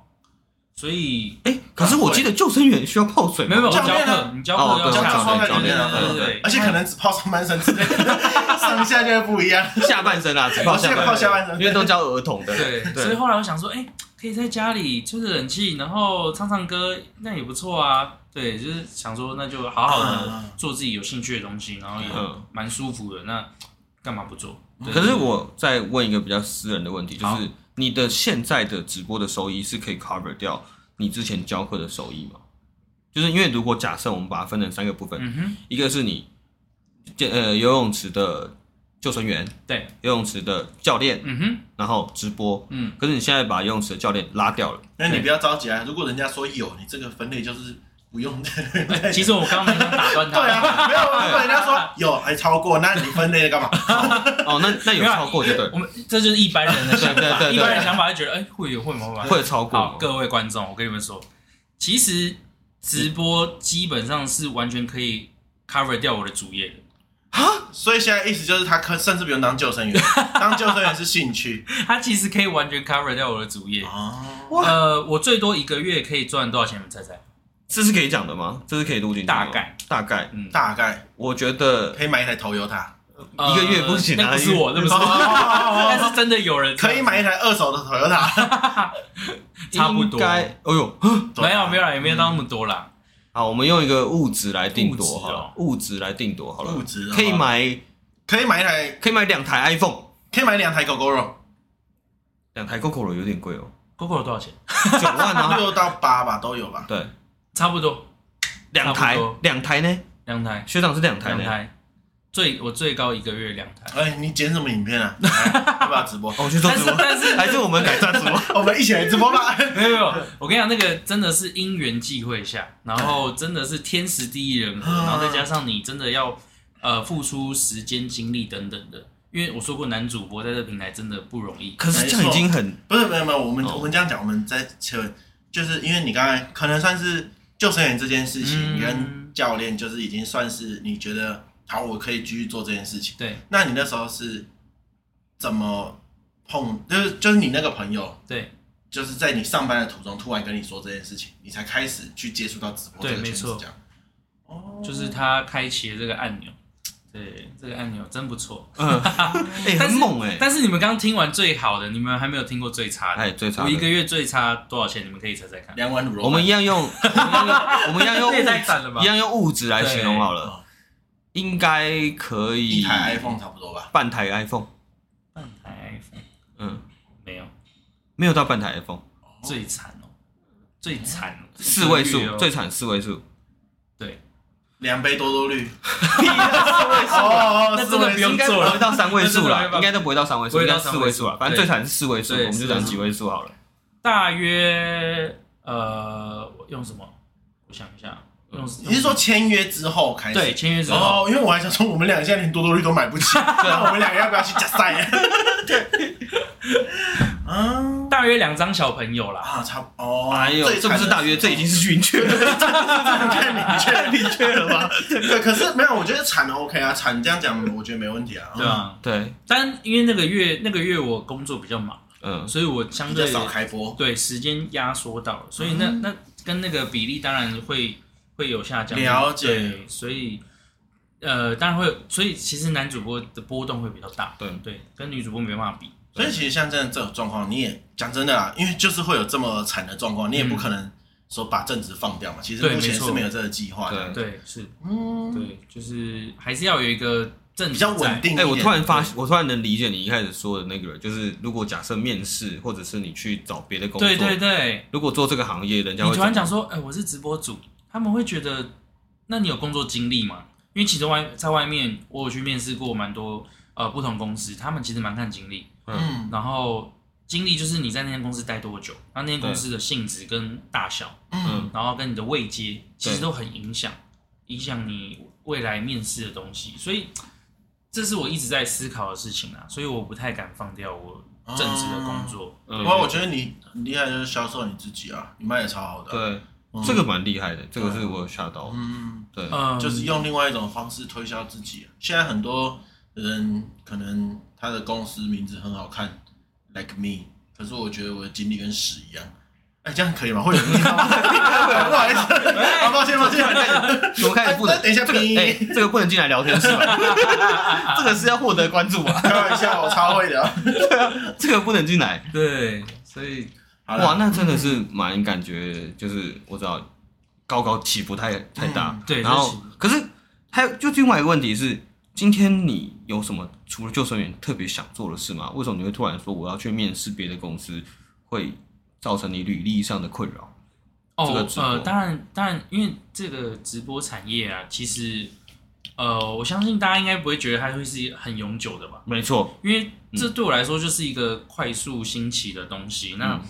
[SPEAKER 3] 所以
[SPEAKER 5] 哎，可是我记得救生员需要泡水吗，
[SPEAKER 3] 没有没有我
[SPEAKER 4] 教
[SPEAKER 3] 教
[SPEAKER 4] 练啊
[SPEAKER 3] 课，你教课
[SPEAKER 5] 哦
[SPEAKER 3] 要
[SPEAKER 5] 对
[SPEAKER 3] 下
[SPEAKER 5] 教
[SPEAKER 3] 水
[SPEAKER 5] 练啊
[SPEAKER 3] 对
[SPEAKER 5] 教
[SPEAKER 3] 对
[SPEAKER 5] 练
[SPEAKER 3] 对对，
[SPEAKER 4] 而且可能只泡上半身之类的，上下就会不一样。
[SPEAKER 5] 下半身啊，只泡
[SPEAKER 4] 我
[SPEAKER 5] 下
[SPEAKER 4] 现在泡
[SPEAKER 5] 半身
[SPEAKER 4] 下，半身，
[SPEAKER 5] 因为都教儿童的。
[SPEAKER 3] 对，
[SPEAKER 5] 对
[SPEAKER 3] 所以后来我想说，哎、可以在家里吹着冷气，然后唱唱歌，那也不错啊。对，就是想说，那就 好啊好的
[SPEAKER 4] 嗯
[SPEAKER 3] 做自己有兴趣的东西，然后也
[SPEAKER 5] 嗯
[SPEAKER 3] 蛮舒服的。那干嘛不做？对
[SPEAKER 5] 可是我再问一个比较私人的问题，就
[SPEAKER 3] 好
[SPEAKER 5] 是你的现在的直播的收益是可以 cover 掉你之前教课的收益吗？就是因为如果假设我们把它分成三个部分，
[SPEAKER 3] 嗯哼，
[SPEAKER 5] 一个是你健呃游泳池的救生员，
[SPEAKER 3] 对，
[SPEAKER 5] 游泳池的教练，
[SPEAKER 3] 嗯哼，
[SPEAKER 5] 然后直播，
[SPEAKER 3] 嗯，
[SPEAKER 5] 可是你现在把游泳池的教练拉掉了，
[SPEAKER 4] 那你不要着急啊。如果人家说有，你这个分类就是不用的。
[SPEAKER 3] 哎 其实我刚刚没想打断他，
[SPEAKER 4] 对啊，没有啊。如果人家说有还超过，那你分类干嘛？
[SPEAKER 5] 哦，那那
[SPEAKER 3] 没
[SPEAKER 5] 有
[SPEAKER 3] 有啊
[SPEAKER 5] 超过就对了，
[SPEAKER 3] 我们这就是一般人的想法，
[SPEAKER 5] 对对对对
[SPEAKER 3] 一般人想法就觉得，哎、会有会有会有
[SPEAKER 5] 会超过
[SPEAKER 3] 好，
[SPEAKER 5] 吗，
[SPEAKER 3] 各位观众，我跟你们说，其实直播基本上是完全可以 cover 掉我的主业的。
[SPEAKER 4] 所以现在意思就是他可甚至不用当救生员，当救生员是兴趣。
[SPEAKER 3] 它其实可以完全 cover 掉我的主业。
[SPEAKER 4] 哦，
[SPEAKER 3] 呃，我最多一个月可以赚多少钱？你们猜猜？
[SPEAKER 5] 这是可以讲的吗？这是可以录进去的吗
[SPEAKER 3] 大概
[SPEAKER 5] 大概，
[SPEAKER 4] 大概
[SPEAKER 5] 我觉得
[SPEAKER 4] 可以买一台 Toyota，
[SPEAKER 3] 呃
[SPEAKER 5] 一个月不行啊哦
[SPEAKER 3] 那不是我，那不是我，但是真的有人
[SPEAKER 4] 可以买一台二手的 Toyota。
[SPEAKER 3] 差不
[SPEAKER 5] 应
[SPEAKER 3] 多，
[SPEAKER 5] 该，
[SPEAKER 3] 没
[SPEAKER 5] 哎呦，
[SPEAKER 3] 有 没有啦，也没有到那么多啦。
[SPEAKER 5] 好，我们用一个物质来定夺好了物
[SPEAKER 3] 物质哦，
[SPEAKER 5] 质来定夺好了，
[SPEAKER 4] 物
[SPEAKER 3] 啊
[SPEAKER 4] 质的话
[SPEAKER 5] 可以买
[SPEAKER 4] 可以买一台，
[SPEAKER 5] 可以买两台 iPhone，
[SPEAKER 4] 可以买两台狗狗肉，
[SPEAKER 5] 两台 GoGo 有点贵哦，
[SPEAKER 3] GoGo 多少钱？
[SPEAKER 5] 九 万啊，
[SPEAKER 4] 六到八吧都有吧。
[SPEAKER 5] 对，
[SPEAKER 3] 差不多
[SPEAKER 5] 两台
[SPEAKER 3] 差不多
[SPEAKER 5] 两台呢，
[SPEAKER 3] 两台，
[SPEAKER 5] 学长是两台
[SPEAKER 3] 两
[SPEAKER 5] 呢，
[SPEAKER 3] 台，最我最高一个月两台。
[SPEAKER 4] 哎，你剪什么影片 啊？来要不要直播？
[SPEAKER 5] 哦，去做
[SPEAKER 3] 但
[SPEAKER 5] 直
[SPEAKER 3] 是
[SPEAKER 5] 播，
[SPEAKER 3] 但是
[SPEAKER 5] 还是我们改站 直播，
[SPEAKER 4] 我们一起来直播吧。
[SPEAKER 3] 没有没有，我跟你讲，那个真的是因缘际会下，然后真的是天时地利人和，
[SPEAKER 5] 啊
[SPEAKER 4] 嗯
[SPEAKER 3] 然后再加上你真的要呃付出时间、精力等等的。因为我说过，男主播在这平台真的不容易。
[SPEAKER 5] 可是这样已经很
[SPEAKER 4] 不是，没有没有，我们
[SPEAKER 5] 哦
[SPEAKER 4] 我们这样讲，我们在扯就是因为你刚才可能算是救生员这件事情，
[SPEAKER 3] 嗯
[SPEAKER 4] 你跟教练就是已经算是你觉得好，我可以继续做这件事情。
[SPEAKER 3] 对
[SPEAKER 4] 那你那时候是怎么碰？就是就是你那个朋友，
[SPEAKER 3] 对
[SPEAKER 4] 就是在你上班的途中突然跟你说这件事情，你才开始去接触到直播
[SPEAKER 3] 对
[SPEAKER 4] 这个圈
[SPEAKER 3] 没
[SPEAKER 4] 子
[SPEAKER 3] 错，
[SPEAKER 4] 这样。哦，
[SPEAKER 3] 就是他开启了这个按钮，对这个按钮真不错。
[SPEAKER 5] 嗯，哎，
[SPEAKER 3] 但
[SPEAKER 5] 很
[SPEAKER 3] 是
[SPEAKER 5] 猛哎，
[SPEAKER 3] 但是你们刚听完最好的，你们还没有听过最差的。
[SPEAKER 5] 哎，最差
[SPEAKER 3] 我
[SPEAKER 5] 的
[SPEAKER 3] 一个月最差多少钱？你们可以猜猜看。
[SPEAKER 4] 两碗卤肉
[SPEAKER 5] 我
[SPEAKER 4] 饭，
[SPEAKER 5] 们一样 用，我们一样用，我们
[SPEAKER 3] 这
[SPEAKER 5] 一样
[SPEAKER 3] 也太
[SPEAKER 5] 用
[SPEAKER 3] 惨了吧
[SPEAKER 5] 物一样用物质来形容好
[SPEAKER 4] 对
[SPEAKER 5] 了
[SPEAKER 4] 哦，
[SPEAKER 5] 应该可
[SPEAKER 4] 一
[SPEAKER 5] 以
[SPEAKER 4] 台 iPhone 差不多吧。
[SPEAKER 5] 半台 iPhone，
[SPEAKER 3] 半台 iPhone
[SPEAKER 5] 嗯，
[SPEAKER 3] 没有，
[SPEAKER 5] 没有到半台 iPhone，
[SPEAKER 3] 最惨哦，最惨哦，
[SPEAKER 5] 四位
[SPEAKER 3] 一个月
[SPEAKER 5] 数
[SPEAKER 3] 哦
[SPEAKER 5] 最惨四位数，
[SPEAKER 3] 对，
[SPEAKER 4] 两杯多多 绿，哦，
[SPEAKER 3] 那
[SPEAKER 4] 四
[SPEAKER 3] 真的
[SPEAKER 4] 位
[SPEAKER 3] 不
[SPEAKER 4] 数
[SPEAKER 3] 用
[SPEAKER 5] 应该不
[SPEAKER 3] 做
[SPEAKER 5] 会
[SPEAKER 3] 了。
[SPEAKER 5] 到三位数
[SPEAKER 3] 那真的没办
[SPEAKER 5] 啦，
[SPEAKER 3] 法
[SPEAKER 5] 应该都不会到三位数，
[SPEAKER 3] 不会
[SPEAKER 5] 应
[SPEAKER 3] 到
[SPEAKER 5] 该四位数啦，
[SPEAKER 3] 三位数
[SPEAKER 5] 反正最惨是四位数，
[SPEAKER 3] 对
[SPEAKER 5] 我们就讲几位数好了。
[SPEAKER 3] 大约呃，我用什么？我想一下，
[SPEAKER 5] 嗯
[SPEAKER 3] 用
[SPEAKER 4] 你是说签约之后开始？
[SPEAKER 3] 对签约之后，
[SPEAKER 4] 哦，因为我还想说，我们俩现在连多多绿都买不起，那我们俩要不要去加啊赛？对，嗯
[SPEAKER 3] 大约两张小朋友啦。
[SPEAKER 4] 啊，差不哦，
[SPEAKER 5] 哎呦，
[SPEAKER 4] 最
[SPEAKER 5] 这不
[SPEAKER 4] 惨
[SPEAKER 5] 是
[SPEAKER 4] 的
[SPEAKER 5] 大约，这已经是晕厥 了。
[SPEAKER 4] 太明确了，明确了吧？对，可是没有，我觉得惨 OK 啊，惨这样讲，我觉得没问题啊。
[SPEAKER 3] 对啊，
[SPEAKER 5] 对，
[SPEAKER 3] 但因为那个月那个月我工作比较忙，
[SPEAKER 5] 嗯，
[SPEAKER 3] 所以我
[SPEAKER 4] 嗯，
[SPEAKER 3] 相
[SPEAKER 4] 比较
[SPEAKER 3] 对
[SPEAKER 4] 少开播，
[SPEAKER 3] 对时间压缩到了，所以
[SPEAKER 4] 嗯
[SPEAKER 3] 那、那跟那个比例当然会会有下降。
[SPEAKER 4] 了解
[SPEAKER 3] 对，所以呃，当然会有，所以其实男主播的波动会比较大。
[SPEAKER 5] 对
[SPEAKER 3] 对，跟女主播没办法比。
[SPEAKER 4] 所以其实像这样这种状况，你也讲真的啦，因为就是会有这么惨的状况，你也不可能说把正职放掉嘛。其实
[SPEAKER 3] 对
[SPEAKER 4] 目前
[SPEAKER 3] 没错
[SPEAKER 4] 是没有这个计划的，
[SPEAKER 5] 对。
[SPEAKER 3] 对，是，
[SPEAKER 4] 嗯，
[SPEAKER 3] 对，就是还是要有一个正
[SPEAKER 4] 比较稳。定一
[SPEAKER 5] 哎、
[SPEAKER 4] 点。
[SPEAKER 5] 我突然发
[SPEAKER 4] 对，
[SPEAKER 5] 我突然能理解你一开始说的那个，就是如果假设面试，或者是你去找别的工作，
[SPEAKER 3] 对对对，
[SPEAKER 5] 如果做这个行业，人家
[SPEAKER 3] 你
[SPEAKER 5] 会
[SPEAKER 3] 突然
[SPEAKER 5] 怎么
[SPEAKER 3] 讲说，哎、我是直播主，他们会觉得，那你有工作经历吗？因为其实外在外面，我有去面试过蛮多呃不同公司，他们其实蛮看经历，
[SPEAKER 4] 嗯
[SPEAKER 3] 然后经历就是你在那间公司待多久，那那间公司的性质跟大小，
[SPEAKER 4] 嗯，
[SPEAKER 3] 然后跟你的位阶，其实
[SPEAKER 5] 对
[SPEAKER 3] 都很影响影响你未来面试的东西，所以这是我一直在思考的事情啊，所以我不太敢放掉我正职的工作，
[SPEAKER 5] 嗯
[SPEAKER 4] 不过我觉得你很厉害，就是销售你自己啊，你卖的超好的啊。
[SPEAKER 5] 对、
[SPEAKER 4] 嗯
[SPEAKER 5] 这个蛮厉害的，这个是我有吓到。
[SPEAKER 4] 嗯，
[SPEAKER 5] 对，
[SPEAKER 3] 嗯，
[SPEAKER 4] 就是用另外一种方式推销自己啊。现在很多人可能他的公司名字很好看，like me，可是我觉得我的经历跟屎一样。哎，这样可以吗？会有人听到吗？ 不好意思，
[SPEAKER 5] 哎
[SPEAKER 4] 好抱歉抱歉。
[SPEAKER 5] 我开始不能，
[SPEAKER 4] 哎等一下
[SPEAKER 5] 这个
[SPEAKER 4] 哔
[SPEAKER 5] 哎、这个不能进来聊天 室吧？这个是要获得关注吧？
[SPEAKER 4] 开玩笑，我超会聊。
[SPEAKER 5] 这个不能进来。
[SPEAKER 3] 对，所以
[SPEAKER 4] 好
[SPEAKER 5] 哇，
[SPEAKER 4] 了，
[SPEAKER 5] 那真的是蛮感觉，就是我知道高高起伏太太大。
[SPEAKER 4] 嗯
[SPEAKER 3] 对，
[SPEAKER 5] 然后
[SPEAKER 3] 就是
[SPEAKER 5] 可是还有就另外一个问题是，今天你有什么除了救生员特别想做的事吗？为什么你会突然说我要去面试别的公司，会造成你履历上的困扰？这个
[SPEAKER 3] 哦，
[SPEAKER 5] 直播
[SPEAKER 3] 呃，当然，当然，因为这个直播产业啊，其实，呃，我相信大家应该不会觉得它会是很永久的吧？
[SPEAKER 5] 没错，
[SPEAKER 3] 因为这对我来说就是一个快速兴起的东西。那
[SPEAKER 5] 嗯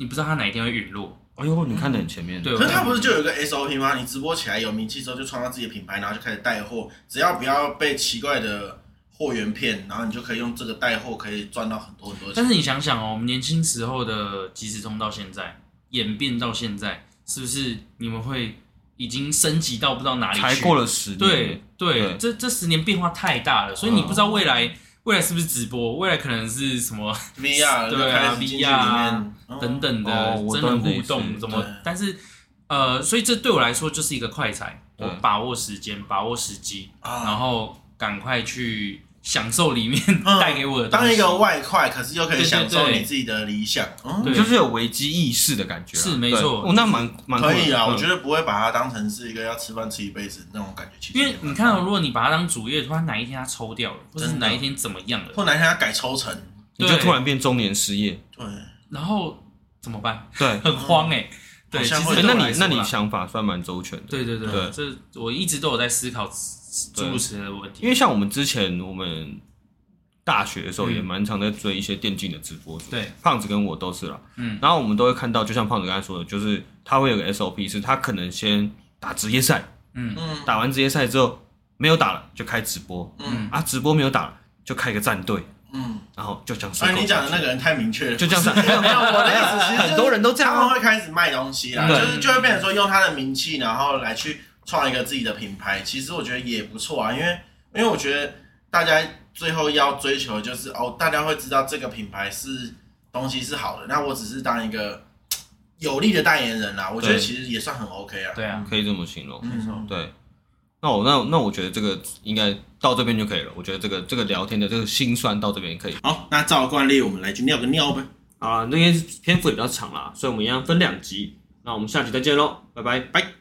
[SPEAKER 3] 你不知道它哪一天会陨落，
[SPEAKER 5] 哎呦，你看得很前面，
[SPEAKER 3] 对
[SPEAKER 4] 可是他不是就有一个 SOP 吗？你直播起来有名气之后，就创造自己的品牌，然后就开始带货，只要不要被奇怪的货源骗，然后你就可以用这个带货可以赚到很多很多钱
[SPEAKER 3] 但。是你想想哦，我们年轻时候的即时通到现在演变到现在，是不是你们会已经升级到不知道哪里去？
[SPEAKER 5] 才过了十年，
[SPEAKER 3] 对对
[SPEAKER 5] 对，
[SPEAKER 3] 这这十年变化太大了，所以你
[SPEAKER 5] 嗯
[SPEAKER 3] 不知道未来未来是不是直播，未来可能是什么
[SPEAKER 4] VR 就
[SPEAKER 3] 对
[SPEAKER 4] 开
[SPEAKER 3] 啊
[SPEAKER 4] 始进去里
[SPEAKER 3] VR 啊
[SPEAKER 4] 面嗯
[SPEAKER 3] 等等的
[SPEAKER 5] 哦我
[SPEAKER 3] 真人
[SPEAKER 5] 懂你的
[SPEAKER 3] 互
[SPEAKER 5] 意思
[SPEAKER 3] 动怎么
[SPEAKER 4] 对？
[SPEAKER 3] 但是呃，所以这对我来说就是一个快踩，
[SPEAKER 5] 对
[SPEAKER 3] 我把握时间，把握时机，然
[SPEAKER 4] 啊，
[SPEAKER 3] 后赶快去享受里面
[SPEAKER 4] 嗯
[SPEAKER 3] 带给我的东
[SPEAKER 4] 当
[SPEAKER 3] 西
[SPEAKER 4] 一个外快，可是又可以
[SPEAKER 3] 对对
[SPEAKER 4] 享受
[SPEAKER 3] 对
[SPEAKER 4] 你自己的理想。嗯
[SPEAKER 5] 你
[SPEAKER 3] 对
[SPEAKER 5] 就是有危机意识的感觉啊，
[SPEAKER 3] 是没
[SPEAKER 5] 对
[SPEAKER 3] 错
[SPEAKER 5] 哦，那蛮蛮
[SPEAKER 4] 可以啊，我觉
[SPEAKER 5] 得
[SPEAKER 4] 得不会把它当成是一个要吃饭吃一辈子那种感觉。其实
[SPEAKER 3] 因为你看哦，如果你把它当主业，突然哪一天它抽掉了，或者是
[SPEAKER 4] 真的嗯
[SPEAKER 3] 哪一天怎么样了，
[SPEAKER 4] 或哪天它改抽成，
[SPEAKER 5] 你
[SPEAKER 3] 对
[SPEAKER 5] 就突然变中年失业，
[SPEAKER 4] 对，
[SPEAKER 3] 然后怎么办？
[SPEAKER 5] 对。
[SPEAKER 3] 很慌哎。对，
[SPEAKER 4] 好
[SPEAKER 3] 其
[SPEAKER 4] 像
[SPEAKER 3] 实
[SPEAKER 4] 会
[SPEAKER 5] 哎
[SPEAKER 3] 对
[SPEAKER 5] 那
[SPEAKER 3] 我啊来
[SPEAKER 5] 你
[SPEAKER 3] 说
[SPEAKER 5] 那
[SPEAKER 3] 啦
[SPEAKER 5] 你想法算蛮周全的，
[SPEAKER 3] 对对对，
[SPEAKER 5] 对
[SPEAKER 3] 这我一直都有在思考诸如此类的问题。
[SPEAKER 5] 因为像我们之前我们大学的时候
[SPEAKER 3] 嗯
[SPEAKER 5] 也蛮常在追一些电竞的直播主，
[SPEAKER 3] 对，
[SPEAKER 5] 胖子跟我都是啦，
[SPEAKER 3] 嗯，
[SPEAKER 5] 然后我们都会看到，就像胖子刚才说的，就是他会有个 SOP，是他可能先打职业赛，
[SPEAKER 3] 嗯
[SPEAKER 4] 嗯
[SPEAKER 5] 打完职业赛之后没有打了就开直播，
[SPEAKER 4] 嗯
[SPEAKER 5] 啊，直播没有打了就开个战队，
[SPEAKER 4] 嗯，
[SPEAKER 5] 然后就想
[SPEAKER 4] 所以你讲的那个人太明确了，
[SPEAKER 5] 就这样算， 没有没有
[SPEAKER 4] 我的意思其实就是
[SPEAKER 5] 很多人都这样
[SPEAKER 4] 他们
[SPEAKER 5] 啊。
[SPEAKER 4] 会开始卖东西啦，
[SPEAKER 5] 对
[SPEAKER 4] 就是就会变成说用他的名气，然后来去创一个自己的品牌。其实我觉得也不错啊，因为因为我觉得大家最后要追求的就是哦，大家会知道这个品牌是东西是好的，那我只是当一个嘖有力的代言人啦。我觉得
[SPEAKER 5] 对
[SPEAKER 4] 其实也算很 OK 啊。
[SPEAKER 3] 对啊，
[SPEAKER 5] 可以这么形容，
[SPEAKER 4] 嗯，
[SPEAKER 5] 对。那我那那我觉得这个应该到这边就可以了。我觉得这个这个聊天的这个心酸到这边可以。
[SPEAKER 4] 好，那照惯例我们来去尿个尿呗，
[SPEAKER 6] 啊好啦，那天篇幅也比较长啦，所以我们一样分两集。那我们下集再见喽，拜拜。
[SPEAKER 4] 拜。